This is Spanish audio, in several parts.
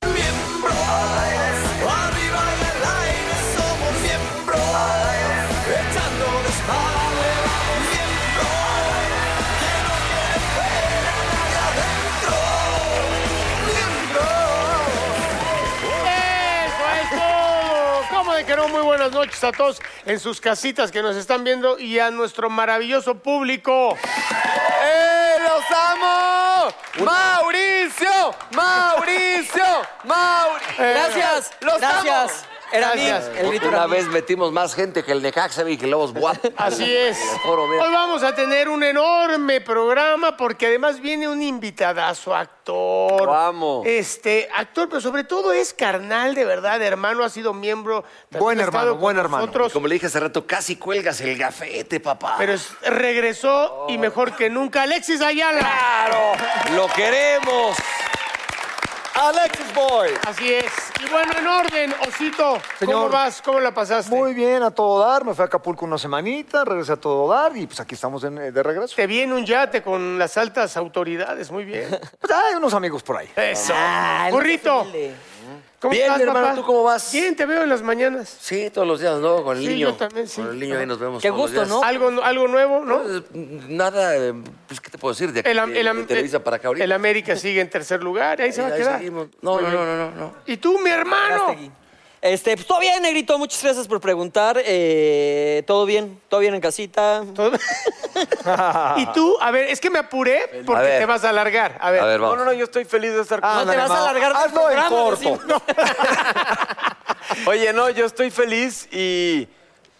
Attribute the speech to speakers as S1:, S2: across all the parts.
S1: Arriba en el aire somos miembros, echando desmadre, miembros, que no quieren ver a nadie adentro, miembros.
S2: ¡Eso es todo! ¿Cómo de que no? Muy buenas noches a todos en sus casitas que nos están viendo y a nuestro maravilloso público.
S1: ¡Eh, los amo! ¡Mauricio! ¡Mauricio! ¡Mauricio!
S3: Gracias,
S1: ¡Los
S3: Eh, gracias.
S1: amo!
S3: Era
S2: Gracias.
S3: mí, el grito
S4: Una
S3: era mí.
S4: vez metimos más gente que el Necaxa y que Lobos Buap.
S2: Así es.
S4: Oro, mira.
S2: Hoy vamos a tener un enorme programa porque además viene un invitadazo actor.
S4: Lo amo.
S2: Este, actor, pero sobre todo es carnal de verdad, hermano, ha sido miembro. también
S1: Buen
S2: ha estado
S1: hermano,
S2: con
S1: buen hermano.
S2: nosotros.
S4: Como le dije hace rato, casi cuelgas el gafete, papá.
S2: Pero es- regresó y mejor que nunca, Alexis Ayala.
S4: ¡Claro! ¡Lo queremos!
S1: ¡Alexis Boy!
S2: Así es. Y bueno, en orden, Osito, ¿cómo
S5: Señor.
S2: vas? ¿Cómo la pasaste?
S5: Muy bien, a todo dar. Me fui a Acapulco una semanita, regresé a todo dar y pues aquí estamos en- eh, de regreso.
S2: Te vi en un yate con las altas autoridades, muy bien.
S5: Pues, hay unos amigos por ahí.
S2: Eso.
S3: Ah, el
S2: Burrito,
S3: humilde.
S2: ¿cómo
S4: Bien,
S2: estás,
S4: mi hermano,
S2: papá?
S4: ¿tú cómo vas?
S2: Bien, te veo en las mañanas.
S4: Sí, todos los días, ¿no? Con el
S2: Sí,
S4: niño.
S2: yo también, sí.
S4: Con el niño ahí nos vemos.
S3: Qué
S4: todos los
S3: gusto,
S4: días.
S3: ¿no?
S2: Algo, algo nuevo, ¿no?
S4: Eh, Nada, eh, pues, ¿qué te puedo decir? De,
S2: El, Am-
S4: de-
S2: el Am-
S4: de Televisa para acá ahorita.
S2: el América sigue en tercer lugar, ahí se va a
S4: Ahí
S2: quedar.
S4: seguimos. No,
S2: Muy
S4: no, no,
S2: bien.
S4: no, no, no.
S2: ¿Y tú, mi hermano?
S3: Gastegui. Este, pues, todo bien, Negrito, muchas gracias por preguntar. Eh, todo bien, todo bien en casita.
S2: Todo- y tú, a ver, es que me apuré porque
S4: ver.
S2: te vas a alargar. A ver.
S4: A ver, vamos.
S1: yo estoy feliz de estar
S4: Ah,
S3: no te vas a alargar del
S5: Hazlo en
S3: programa,
S5: corto.
S3: sí, no.
S1: Oye, no, yo estoy feliz y,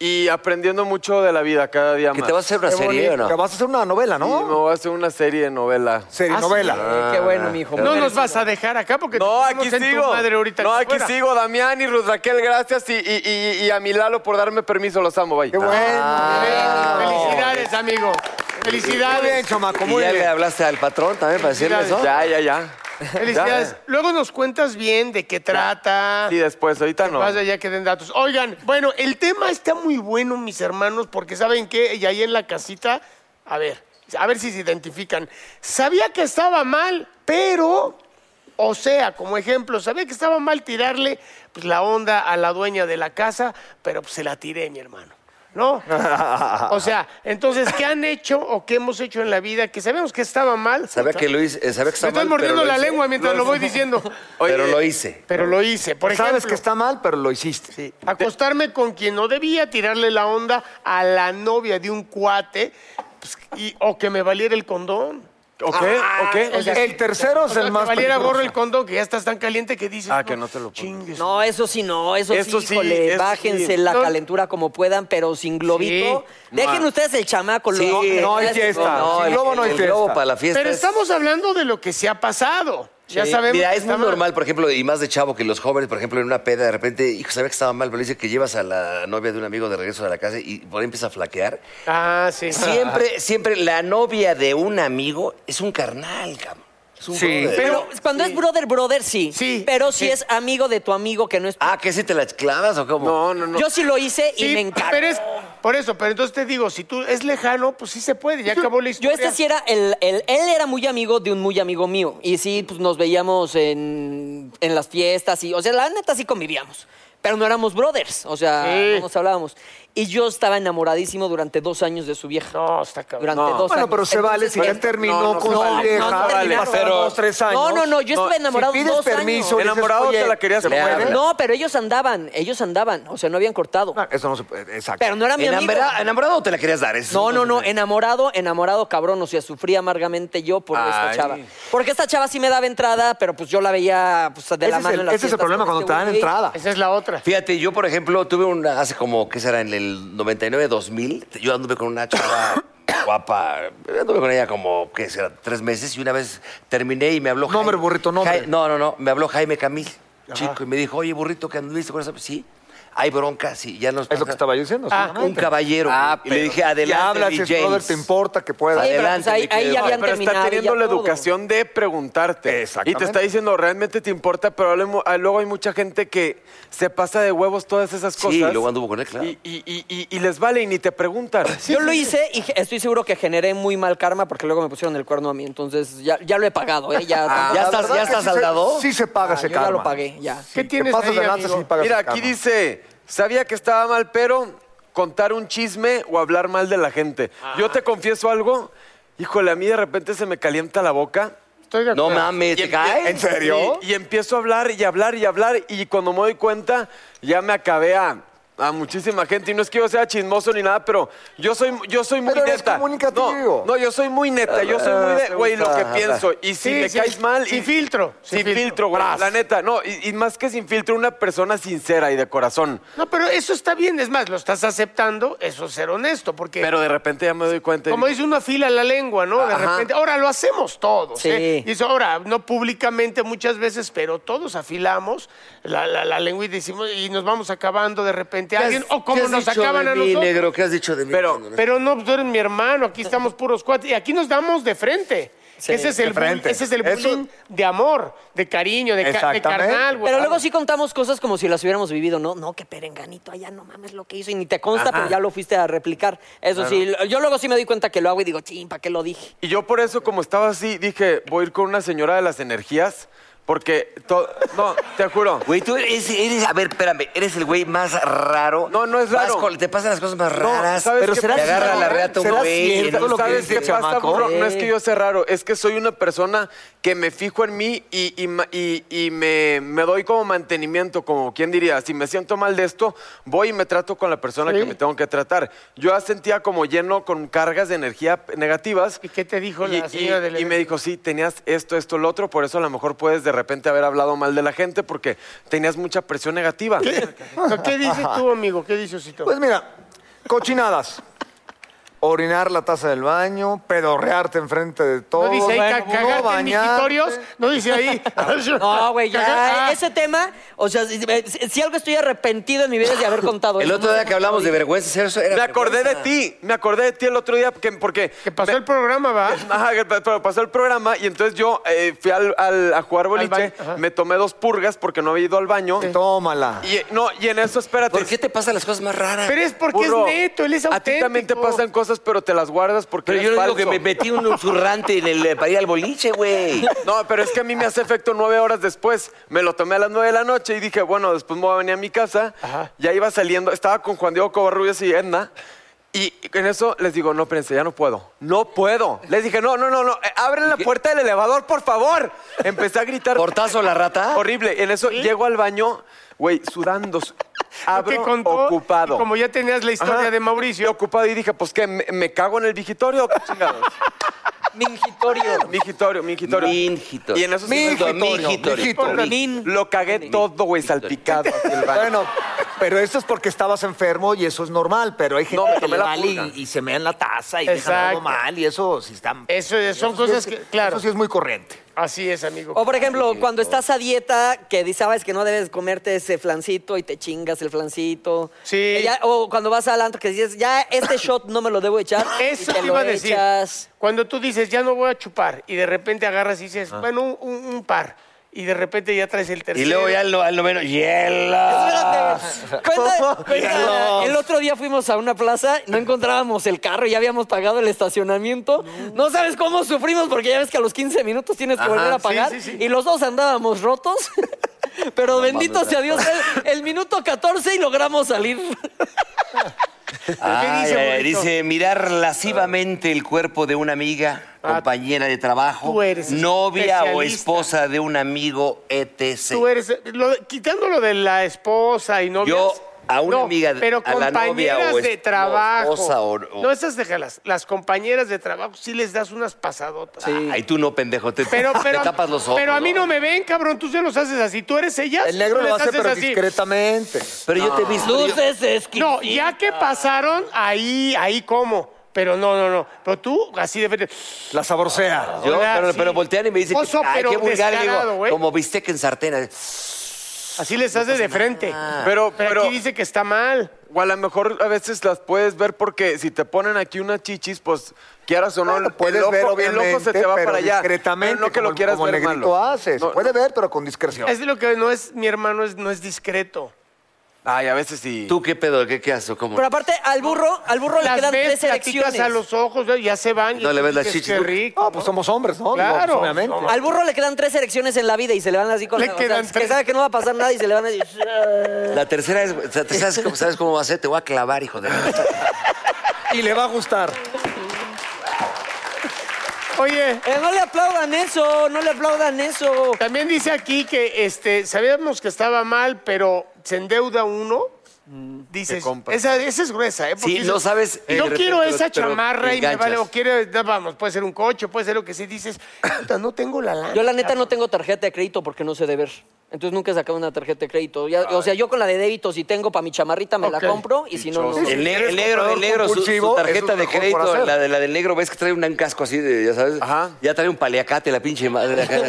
S1: y aprendiendo mucho de la vida cada día
S4: ¿Que
S1: más.
S4: te vas a hacer una
S5: Qué
S4: serie o
S5: bonito.
S4: no?
S5: Que Vas a hacer una novela,
S1: Y me
S5: ¿no?
S1: voy a hacer una serie de novela.
S5: Serie
S2: Ah, sí.
S5: novela.
S3: Eh, qué bueno, mi hijo.
S2: no nos vas a dejar acá porque
S1: No,
S2: te tenemos
S1: aquí
S2: en tu
S1: sigo.
S2: madre ahorita
S1: no,
S2: aquí
S1: aquí
S2: fuera.
S1: sigo, Damián y Ruth Raquel, gracias. Y, y- y- y a mi Lalo por darme permiso, los amo, bye.
S5: Qué bueno.
S3: Ah,
S4: Ah.
S2: Felicidades, amigo.
S5: Muy bien,
S2: Felicidades.
S5: chamaco,
S4: ¿Y
S5: muy
S4: ya le
S5: bien.
S4: hablaste al patrón también para decirle eso?
S1: Ya, ya, ya.
S2: Felicidades. Luego nos cuentas bien de qué trata.
S1: Y después, ahorita no.
S2: Más allá que den datos. Oigan, bueno, el tema está muy bueno, mis hermanos, porque saben qué, y ahí en la casita, a ver, a ver si se identifican. Sabía que estaba mal, pero, o sea, como ejemplo, sabía que estaba mal tirarle pues, la onda a la dueña de la casa, pero pues, se la tiré, mi hermano. ¿No? O sea, entonces, ¿qué han hecho o qué hemos hecho en la vida que sabemos que estaba mal?
S4: Sabía que lo hice, eh, sabía que
S2: Me
S4: estaba
S2: estoy
S4: mal, pero
S2: mordiendo
S4: lo
S2: la
S4: hice.
S2: lengua mientras lo voy diciendo.
S4: Pero
S1: Oye,
S4: lo hice.
S2: Pero lo hice, por ejemplo.
S5: Sabes que está mal, pero lo hiciste.
S2: Sí. Acostarme con quien no debía, tirarle la onda a la novia de un cuate pues, y- o que me valiera el condón. Ah,
S1: ¿O qué? ¿O qué?
S2: o sea,
S5: El tercero
S2: O
S5: es
S2: sea,
S5: el más
S2: que valiera gorro el
S5: peligroso.
S2: condón, que ya estás tan caliente que dices.
S1: Ah, que no te lo pongas.
S2: chingues.
S3: No, eso sí, no, eso,
S1: Eso
S3: sí,
S1: sí,
S3: híjole,
S1: eso sí.
S3: bájense la
S2: No.
S3: calentura como puedan, pero sin globito.
S1: Sí.
S3: Dejen
S1: No.
S3: ustedes el chamaco.
S4: Sí.
S3: lo-
S5: No hay
S3: lo-
S5: fiesta. Sin
S4: el-
S5: globo no hay
S4: el
S5: fiesta.
S4: globo para la fiesta.
S2: Pero
S4: este es-
S2: estamos hablando de lo que se ha pasado. Ya
S4: Sí.
S2: sabemos.
S4: Mira,
S2: que
S4: es muy
S2: está mal.
S4: normal, por ejemplo, y más de chavo que los jóvenes, por ejemplo, en una peda, de repente, hijo, sabía que estaba mal, pero le dice que llevas a la novia de un amigo de regreso a la casa y por ahí empieza a flaquear.
S2: Ah, sí.
S4: Siempre, siempre la novia de un amigo es un carnal, cabrón. Es un
S5: Sí.
S4: brother.
S3: Pero cuando es brother, brother, sí.
S2: Sí,
S3: Pero si
S2: sí.
S3: es amigo de tu amigo que no es...
S4: Ah, ¿que si te la clavas o cómo?
S1: No, no, no.
S3: Yo sí lo hice y
S2: Sí,
S3: me encanta.
S2: Pero es, por eso, pero entonces te digo, si tú es lejano, pues sí se puede, ya acabó
S3: Yo
S2: la historia.
S3: este sí era el, el- él era muy amigo de un muy amigo mío y sí pues nos veíamos en, en las fiestas y o sea la neta sí convivíamos pero no éramos brothers o sea
S2: Sí.
S3: no nos hablábamos Y yo estaba enamoradísimo durante dos años de su vieja.
S2: No, está cabrón.
S3: Durante dos
S5: Bueno,
S3: años.
S5: pero se vale si ya
S3: Entonces, pues,
S5: terminó
S6: no, no
S5: con
S6: se
S5: su
S6: vale.
S5: pareja,
S3: No, no,
S5: pasaron
S3: terminaron,
S6: pero-
S5: dos, tres años.
S3: No, no, no, yo estuve enamorado
S5: si pides
S3: dos
S5: permiso,
S3: años.
S5: dices,
S6: Enamorado te
S5: oye,
S6: la querías
S5: ¿se
S6: pegar.
S5: puede?
S3: No, pero ellos andaban, ellos andaban, o sea, no habían
S7: Ah,
S3: cortado.
S5: No, Ah, eso no se puede, exacto.
S3: Pero no era mi amigo.
S4: ¿Enamorado, ¿Enamorado o te la querías dar? Es-
S3: No, no, no, enamorado, enamorado cabrón, o sea, sufrí amargamente yo por esta
S4: Ay.
S3: chava. Porque esta chava sí me daba entrada, pero pues yo la veía pues, de
S5: ese
S3: la
S5: es
S3: mano en
S5: el,
S3: las
S5: ese es el
S3: fiestas
S5: problema
S3: con
S5: cuando
S3: este
S5: te dan
S3: güey.
S5: entrada.
S2: Esa es la otra.
S4: Fíjate, yo, por ejemplo, tuve una, hace como, ¿qué será? En el 99, 2000, yo anduve con una chava guapa. Anduve con ella como, ¿qué será? Tres meses y una vez terminé y me habló
S5: Nombre, burrito, nombre.
S4: Jai- no, no, no, me habló Jaime Camil, chico, y me dijo, oye, burrito, ¿qué anduviste con esa? Sí, hay bronca, sí, ya nos...
S5: Es lo que estaba yo diciendo.
S4: Ah,
S5: seguramente.
S4: un caballero.
S6: Ah,
S4: y le dije, adelante,
S5: Y hablas,
S4: mi
S5: si es
S4: James.
S5: brother, te importa que pueda.
S3: Sí, pero, pues,
S4: Adelante,
S3: ahí,
S4: mi querido.
S3: ahí ya habían
S6: Pero está
S3: terminado y
S6: teniendo
S3: ya
S6: la
S3: todo.
S6: educación de preguntarte. Y
S5: Exactamente.
S6: te está diciendo, ¿realmente te importa? Pero luego hay- luego hay mucha gente que se pasa de huevos todas esas
S4: Sí,
S6: cosas.
S4: y luego anduvo con él, claro.
S6: Y, y- y- y- y les vale y ni te preguntan.
S3: yo lo hice y ge- estoy seguro que generé muy mal karma porque luego me pusieron el cuerno a mí, entonces ya, ya lo he pagado, ¿eh? Ya,
S4: Ah,
S5: La
S4: ya estás-
S5: verdad
S4: ya
S5: que
S4: estás
S5: sí se-
S4: saldado.
S5: Sí se paga
S3: Ah,
S5: ese
S3: yo ya
S5: karma.
S3: lo pagué, ya.
S2: ¿Qué
S5: Te
S2: tienes
S5: pasas
S2: ahí,
S5: de lanza
S2: amigo?
S5: si pagas
S6: Mira,
S5: el
S6: aquí
S5: karma.
S6: dice, sabía que estaba mal, pero contar un chisme o hablar mal de la gente. Yo te confieso algo, híjole, a mí de repente se me calienta la boca.
S2: Estoy de
S4: No
S2: acuerdo.
S4: mames, ¿te caes?
S5: ¿En serio?
S6: Y, y empiezo a hablar y hablar y hablar y cuando me doy cuenta ya me acabé a, a muchísima gente y no es que yo sea chismoso ni nada, pero yo soy yo soy muy
S5: Pero eres
S6: neta.
S5: comunicativo.
S6: No, no, yo soy muy neta, yo soy muy de güey lo que
S4: gusta.
S6: pienso y si
S2: Sí,
S6: me
S2: sí,
S6: caes mal
S2: sin
S6: y-
S2: filtro, sin
S6: sin,
S2: filtro.
S6: filtro, güey,
S2: Bras.
S6: la neta, no, y, y más que sin filtro una persona sincera y de corazón.
S2: No, pero eso está bien. Es más, lo estás aceptando. Eso es ser honesto. Porque,
S6: Pero de repente ya me doy cuenta. y
S2: como
S6: digo,
S2: dice uno, fila la lengua, ¿no? De
S6: Ajá.
S2: repente. Ahora lo hacemos todos.
S3: Sí.
S2: ¿eh? Dice, ahora, no públicamente muchas veces, pero todos afilamos la, la, la lengua y decimos, y nos vamos acabando de repente a
S4: ¿Qué has-
S2: alguien. O
S4: qué
S2: como
S4: has
S2: nos
S4: dicho
S2: acaban
S4: de
S2: a
S4: mí,
S2: nosotros.
S4: negro? ¿Qué has dicho de mí?
S6: Pero-
S4: Cuando no-
S2: Pero no, pues, tú eres mi hermano, aquí estamos puros cuates. Y aquí nos damos de frente.
S3: Sí,
S2: ese, es el
S5: de frente.
S2: bull- ese es el
S5: Eso-
S2: bullying de amor, de cariño, de, ca- de
S5: Exactamente.
S2: carnal, güey.
S3: Pero luego sí contamos cosas como si las hubiéramos vivido, ¿no? No, que perenganito allá, no mames lo que hizo. Y ni te consta, pero ya lo fuiste a replicar. Eso sí, lo- yo luego sí me doy cuenta que lo hago y digo, ching, ¿para qué lo dije?
S6: Y yo por eso, como estaba así, dije, voy a ir con una señora de las energías, porque... to- No, te juro.
S4: Güey, tú eres, eres- a ver, espérame, eres el güey más raro.
S6: No, no es
S4: Vas
S6: raro.
S4: con- te pasan las cosas más
S6: No,
S4: raras.
S6: ¿sabes
S4: pero
S6: qué
S4: será
S6: pasa?
S4: agarra la reata un
S5: ¿Será
S4: güey.
S5: cierto
S4: en un
S5: lo que
S6: ¿Sabes
S4: cliente.
S6: qué
S5: dice?
S6: pasa,
S5: chamaco?
S6: burro?
S3: Sí.
S6: No es que yo sea raro, es que soy una persona que me fijo en mí y, y ma- y- y me, me doy como mantenimiento, como quien diría, si me siento mal de esto, voy y me trato con la persona que me tengo que tratar. Yo ya sentía como lleno con cargas de energía negativas.
S2: ¿Y qué te dijo la señora de la
S6: y me dijo, sí, tenías esto, esto, lo otro, por eso a lo mejor puedes de repente haber hablado mal de la gente porque tenías mucha presión negativa.
S2: No, ¿Qué dices tú, amigo? ¿Qué dices, Osito?
S5: Pues mira, cochinadas. Orinar la taza del baño, pedorrearte enfrente de todo.
S2: no dice ahí ca-
S5: no
S2: cagarte en
S5: bañarte.
S2: mijitorios, no dice ahí.
S3: No, güey, ya. eh,
S2: Cagar-
S3: Ese tema, o sea, si, si algo estoy arrepentido en mi vida es de haber contado
S4: El
S3: eso.
S4: otro día que hablamos de vergüenza, eso era
S6: Me acordé de
S4: vergüenza.
S6: ti, me acordé de ti el otro día que- porque...
S2: Que pasó
S6: me-
S2: el programa, va.
S6: Ajá, que pa- pa- pasó el programa y entonces yo eh, fui al- al- a jugar
S2: baño,
S6: boliche,
S2: ajá.
S6: me tomé dos purgas porque no había ido al baño.
S5: Tómala.
S6: Y, eh, no, y en eso, espérate.
S4: ¿Por qué te pasan las cosas más raras?
S2: Pero es porque
S6: burro,
S2: es neto, él es
S6: A ti
S2: auténtico.
S6: también te pasan cosas, pero te las guardas porque
S4: Pero yo
S6: eres
S4: no digo que
S6: falso.
S4: me metí un zurrante en el, para ir al boliche, güey.
S6: No, pero es que a mí me hace efecto nueve horas después. Me lo tomé a las nueve de la noche y dije, bueno, después me voy a venir a mi casa. Ya iba saliendo, estaba con Juan Diego Covarrubias y Edna. Y en eso les digo, no, espérense, ya no puedo. No puedo. Les dije, no, no, no, no. eh, abren la puerta del elevador, por favor. Empecé a gritar.
S4: ¿Portazo la rata?
S6: Horrible. En eso llego al baño, güey, sudando. su- Abro
S2: Que contó,
S6: ocupado.
S2: y como ya tenías la historia
S6: Ajá.
S2: de
S6: Y
S2: Mauricio.
S6: ocupado y dije, pues qué, me, me cago en el vigitorio, o qué chingados.
S3: Mingitorio.
S6: Mingitorio, mingitorio.
S4: Mingitorio.
S6: Y en eso sí me-
S4: Mingitorio,
S6: Mingitorio.
S4: mingitorio.
S3: Min-
S6: Lo cagué todo, güey, salpicado. así el baño.
S5: Bueno, pero esto es porque estabas enfermo y eso es normal, pero hay gente
S6: No, me
S5: que
S6: tomé
S5: le
S6: la
S5: vale
S6: purga.
S5: y, y se mea en la taza y deja
S2: Exacto.
S5: algo mal y eso sí está...
S2: Eso es- son
S5: sí
S2: cosas
S5: es-
S2: que, claro,
S5: Eso sí es muy corriente.
S2: así es, amigo.
S3: O por ejemplo, cuando estás a dieta, que di- sabes que no debes comerte ese flancito y te chingas el flancito.
S2: Sí.
S3: Eh, ya- o cuando vas al antro que dices, ya este shot no me lo debo echar. y
S2: Eso
S3: te
S2: te
S3: lo
S2: iba a decir.
S3: echas.
S2: Cuando tú dices, ya no voy a chupar, y de repente agarras y dices, bueno, un, un- un par, y de repente ya traes el
S4: Y
S2: tercero.
S4: luego ya al, no- al noveno,
S2: Ah.
S4: ¡hiela!
S3: Espérate, cuenta- cuenta, el otro día fuimos a una plaza, no encontrábamos el carro, ya habíamos pagado el estacionamiento. No, sabes cómo sufrimos porque ya ves que a los 15 minutos tienes que
S4: Ajá,
S3: volver a
S4: sí,
S3: pagar
S2: sí, sí.
S3: y los dos andábamos rotos. Pero bendito sea Dios, el, el minuto 14 y logramos salir.
S4: Ay,
S2: dice,
S4: ay, ay,
S2: burrito?
S4: Ah, dice, mirar lascivamente el cuerpo de una amiga,
S2: Ah,
S4: compañera de trabajo,
S2: tú eres
S4: novia o
S2: especialista.
S4: esposa de un amigo, etc.
S2: Tú eres, lo de- quitándolo de la esposa y novias.
S4: Yo a una
S2: No,
S4: amiga,
S2: pero
S4: a la novia
S2: compañeras
S4: o
S2: de
S4: esp- o
S2: trabajo.
S4: esposa o- o-
S2: No, esas déjalas. Las compañeras de trabajo sí les das unas pasadotas.
S4: Ay, tú no, pendejo, te,
S2: Pero,
S4: te
S2: pero,
S4: tapas los ojos.
S2: pero a mí no me ven, cabrón. Tú se los haces así. Tú eres ellas.
S5: El negro
S2: tú
S5: lo
S2: les
S5: hace,
S2: haces
S5: pero
S2: así.
S5: discretamente.
S4: Pero yo te he visto. yo-
S3: Luces esquí.
S2: No, ya que pasaron, ahí, ahí como. Pero no, no, no. Pero tú, así de frente.
S5: La saborsea.
S4: yo-
S2: Hola,
S4: pero,
S2: sí.
S4: pero voltean y me dicen,
S2: Oso,
S4: ay,
S2: pero
S4: qué vulgar, y
S2: descarado, ¿eh?
S4: digo,
S2: güey.
S4: como "Ah". bistec en sartén. así.
S2: Así les haces de frente.
S5: Ah.
S6: Pero,
S2: Pero,
S6: pero,
S2: aquí dice que está mal.
S6: o a lo mejor a veces las puedes ver porque si te ponen aquí unas chichis, pues quieras o no,
S5: Bueno,
S6: el,
S5: puedes
S6: ojo,
S5: ver,
S6: el ojo
S5: obviamente,
S6: se te va
S5: pero
S6: para allá.
S5: discretamente,
S6: Pero no que
S5: como,
S6: lo quieras
S5: como el
S6: ver
S5: negrito
S6: malo.
S5: hace. Se
S6: No,
S5: puede ver, pero con discreción.
S2: Es lo que no es, mi hermano, es, no es discreto.
S6: Ay, a veces sí.
S4: ¿Tú qué pedo? ¿Qué, qué haces? ¿Cómo?
S3: Pero aparte, al burro, al burro le
S2: Las
S3: quedan
S2: ves,
S3: tres
S2: platicas
S3: elecciones.
S2: a los ojos, ya se van. y
S4: No le ves
S2: tú
S4: las
S2: dices,
S4: chichis,
S2: Qué
S4: ¿no?
S2: rico.
S5: No, pues somos hombres, ¿no?
S2: Claro.
S5: Digo, pues, obviamente.
S2: No,
S3: Al burro le quedan tres elecciones en la vida y se le van así con
S2: Le
S3: la- o
S2: quedan
S3: sea, que
S2: tres.
S3: sabe que no va a pasar nada y se le van a decir.
S4: La tercera es, o sea, ¿te sabes, cómo- sabes cómo va a ser? Te voy a clavar, hijo de...
S5: Y le va a gustar.
S4: oh.
S2: Oye,
S3: Eh, no le aplaudan eso, no le aplaudan eso.
S2: también dice aquí que este, sabíamos que estaba mal, pero se endeuda uno.
S3: Mm.
S2: Dices,
S6: compra.
S2: esa, esa es gruesa, ¿eh? Porque
S4: Sí,
S2: dices,
S4: no sabes, y de
S2: Yo
S4: repente,
S2: quiero
S4: pero-
S2: esa
S4: pero
S2: chamarra y me
S4: enganchas.
S2: vale, o quiero, no, vamos, puede ser un coche, puede ser lo que sí. Dices, puta, no tengo la lana.
S3: Yo la neta no tengo tarjeta de crédito porque no sé deber. Entonces nunca he sacado una tarjeta de crédito. Ya- o sea, yo con la de débito, si tengo para mi chamarrita, me
S2: Ok.
S3: la compro y si no, no.
S4: El, ne-
S5: eres
S4: el negro,
S5: comprador
S4: el negro, su, su
S5: compulsivo,
S4: tarjeta
S5: eso es
S4: de
S5: mejor por
S4: crédito,
S5: hacer.
S4: la, de, la del negro, ves que trae un casco así, de, ya sabes.
S6: Ajá.
S4: Ya trae un paliacate, la pinche madre. acá.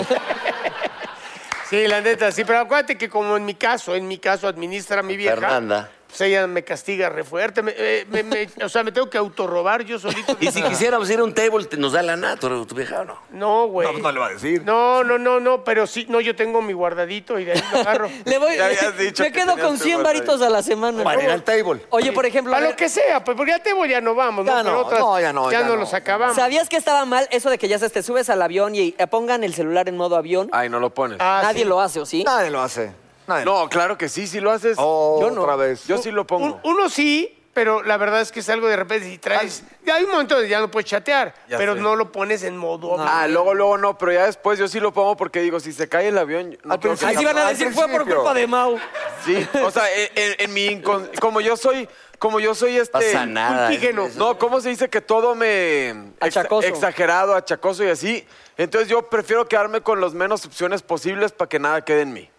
S2: Sí, la neta, sí, pero acuérdate que como en mi caso, en mi caso administra mi vieja.
S4: Fernanda.
S2: Pues ella me castiga re fuerte. me- eh, me- me- o sea, me tengo que autorrobar yo solito.
S4: Y si quisiéramos ir a un table, te- ¿nos da la nata tu, tu vieja o no?
S2: No, güey.
S5: No, pues, no le va a decir.
S2: No, no, no, no, pero sí, no, yo tengo mi guardadito y de ahí lo agarro.
S3: Le voy,
S6: Ya habías dicho
S3: me
S6: que
S3: quedo
S6: tenías
S3: con
S6: tu
S3: 100
S6: guarda ahí.
S3: varitos a la semana.
S5: Para ir al table.
S3: Oye, por ejemplo, a
S2: Para
S3: ver,
S2: lo que sea, pues porque ya te voy, ya no vamos, ¿no?
S5: Ya
S2: Pero
S5: no, no, ya no,
S2: Ya,
S5: ya no.
S2: no los acabamos.
S3: ¿sabías que estaba mal eso de que ya se te subes al avión y eh, pongan el celular en modo avión?
S6: Ay, no lo pones.
S2: Ah,
S3: Nadie
S2: sí.
S3: lo hace, ¿o sí?
S5: Nadie lo hace. Nadie.
S6: No, claro que sí, si lo haces.
S5: Oh,
S6: yo no.
S5: otra vez.
S6: Yo sí lo pongo.
S2: Un- uno sí, pero la verdad es que es algo de repente si traes. Ya hay un momento donde ya no puedes chatear,
S6: Ya
S2: pero
S6: sé.
S2: no lo pones en modo.
S6: Ah, luego, luego no, pero ya después yo sí lo pongo porque digo, si se cae el avión, no
S5: Al
S6: tengo que-
S5: principio.
S3: Así van a
S5: Al
S3: decir, fue por
S5: principio.
S3: culpa de Mau.
S6: Sí, o sea, en, en- en mi incon- como yo soy, como yo soy este
S4: Pasa nada.
S2: Culpígeno.
S4: es- es-
S6: No, ¿cómo se dice que todo me ex-
S3: Achacoso.
S6: exagerado, achacoso y así? Entonces yo prefiero quedarme con las menos opciones posibles para que nada quede en mí.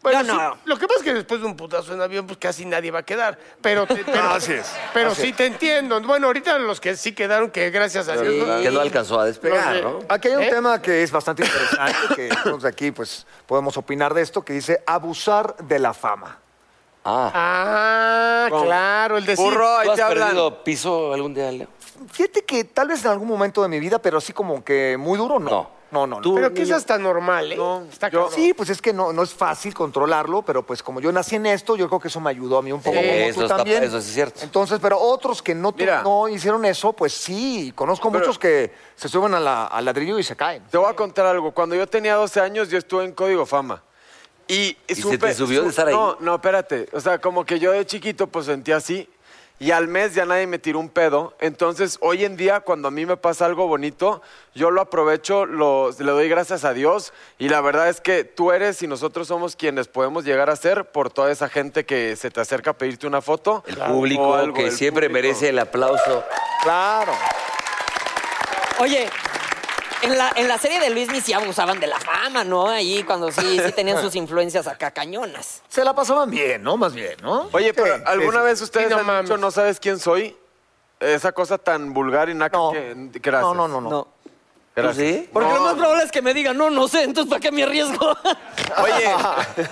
S2: Bueno,
S3: No, no.
S2: sí, lo que pasa es que después de un putazo en avión, pues casi nadie va a quedar. Pero, te- pero,
S7: Ah,
S5: Así es,
S2: pero
S5: así
S2: sí
S5: es.
S2: te entiendo. Bueno, ahorita los que sí quedaron, que gracias a Dios.
S4: Que no alcanzó a despegar,
S2: No
S4: ¿no?
S2: sé.
S5: Aquí hay un
S2: ¿Eh?
S5: tema que es bastante interesante, que nosotros aquí pues, podemos opinar de esto, que dice abusar de la fama.
S4: Ah.
S2: Ah,
S6: Con-
S2: claro, el decir.
S6: Burro, ahí
S4: ¿Tú has
S6: te hablan.
S4: perdido piso algún día, Leo?
S5: Fíjate que tal vez en algún momento de mi vida, pero así como que muy duro, no.
S4: No.
S5: no, no.
S4: Tú-
S2: Pero que es hasta normal, ¿eh?
S6: No,
S2: Está
S6: yo-
S2: cabrón.
S5: Sí, pues es que no, no es fácil controlarlo, pero pues como yo nací en esto, yo creo que eso me ayudó a mí un poco.
S4: Sí,
S5: como tú
S4: eso está-
S5: también.
S4: eso sí es cierto.
S5: Entonces, pero otros que no, tu-
S6: Mira.
S5: no hicieron eso, pues sí, conozco
S6: Pero-
S5: muchos que se suben a la- al ladrillo y se caen.
S6: Te voy a contar algo. Cuando yo tenía 12 años, yo estuve en Código Fama. Y,
S4: ¿Y se te subió de estar ahí?
S6: No, no, espérate. O sea, como que yo de chiquito pues sentía así. Y al mes ya nadie me tiró un pedo. Entonces, hoy en día, cuando a mí me pasa algo bonito, yo lo aprovecho, lo- le doy gracias a Dios. Y la verdad es que tú eres y nosotros somos quienes podemos llegar a ser por toda esa gente que se te acerca a pedirte una foto.
S4: El
S6: o
S4: público
S6: algo,
S4: que
S6: el
S4: siempre
S6: público.
S4: merece el aplauso.
S5: Claro.
S3: Oye, en la, en la serie de Luis sí abusaban de la fama, ¿no? Ahí cuando sí, sí tenían sus influencias acá cañonas.
S5: Se la pasaban bien, ¿no? Más bien, ¿no?
S6: Oye, pero
S5: Sí,
S6: ¿alguna
S5: sí, sí.
S6: vez ustedes
S2: Sí, no
S6: han
S2: mames.
S6: dicho no sabes quién soy? Esa cosa tan vulgar y naca
S5: No.
S6: que, que haces.
S5: No, no, no, no.
S3: No.
S6: Gracias.
S4: sí?
S3: Porque
S6: No.
S3: lo más probable es que me digan, no, no sé, entonces ¿para qué me arriesgo?
S6: Oye.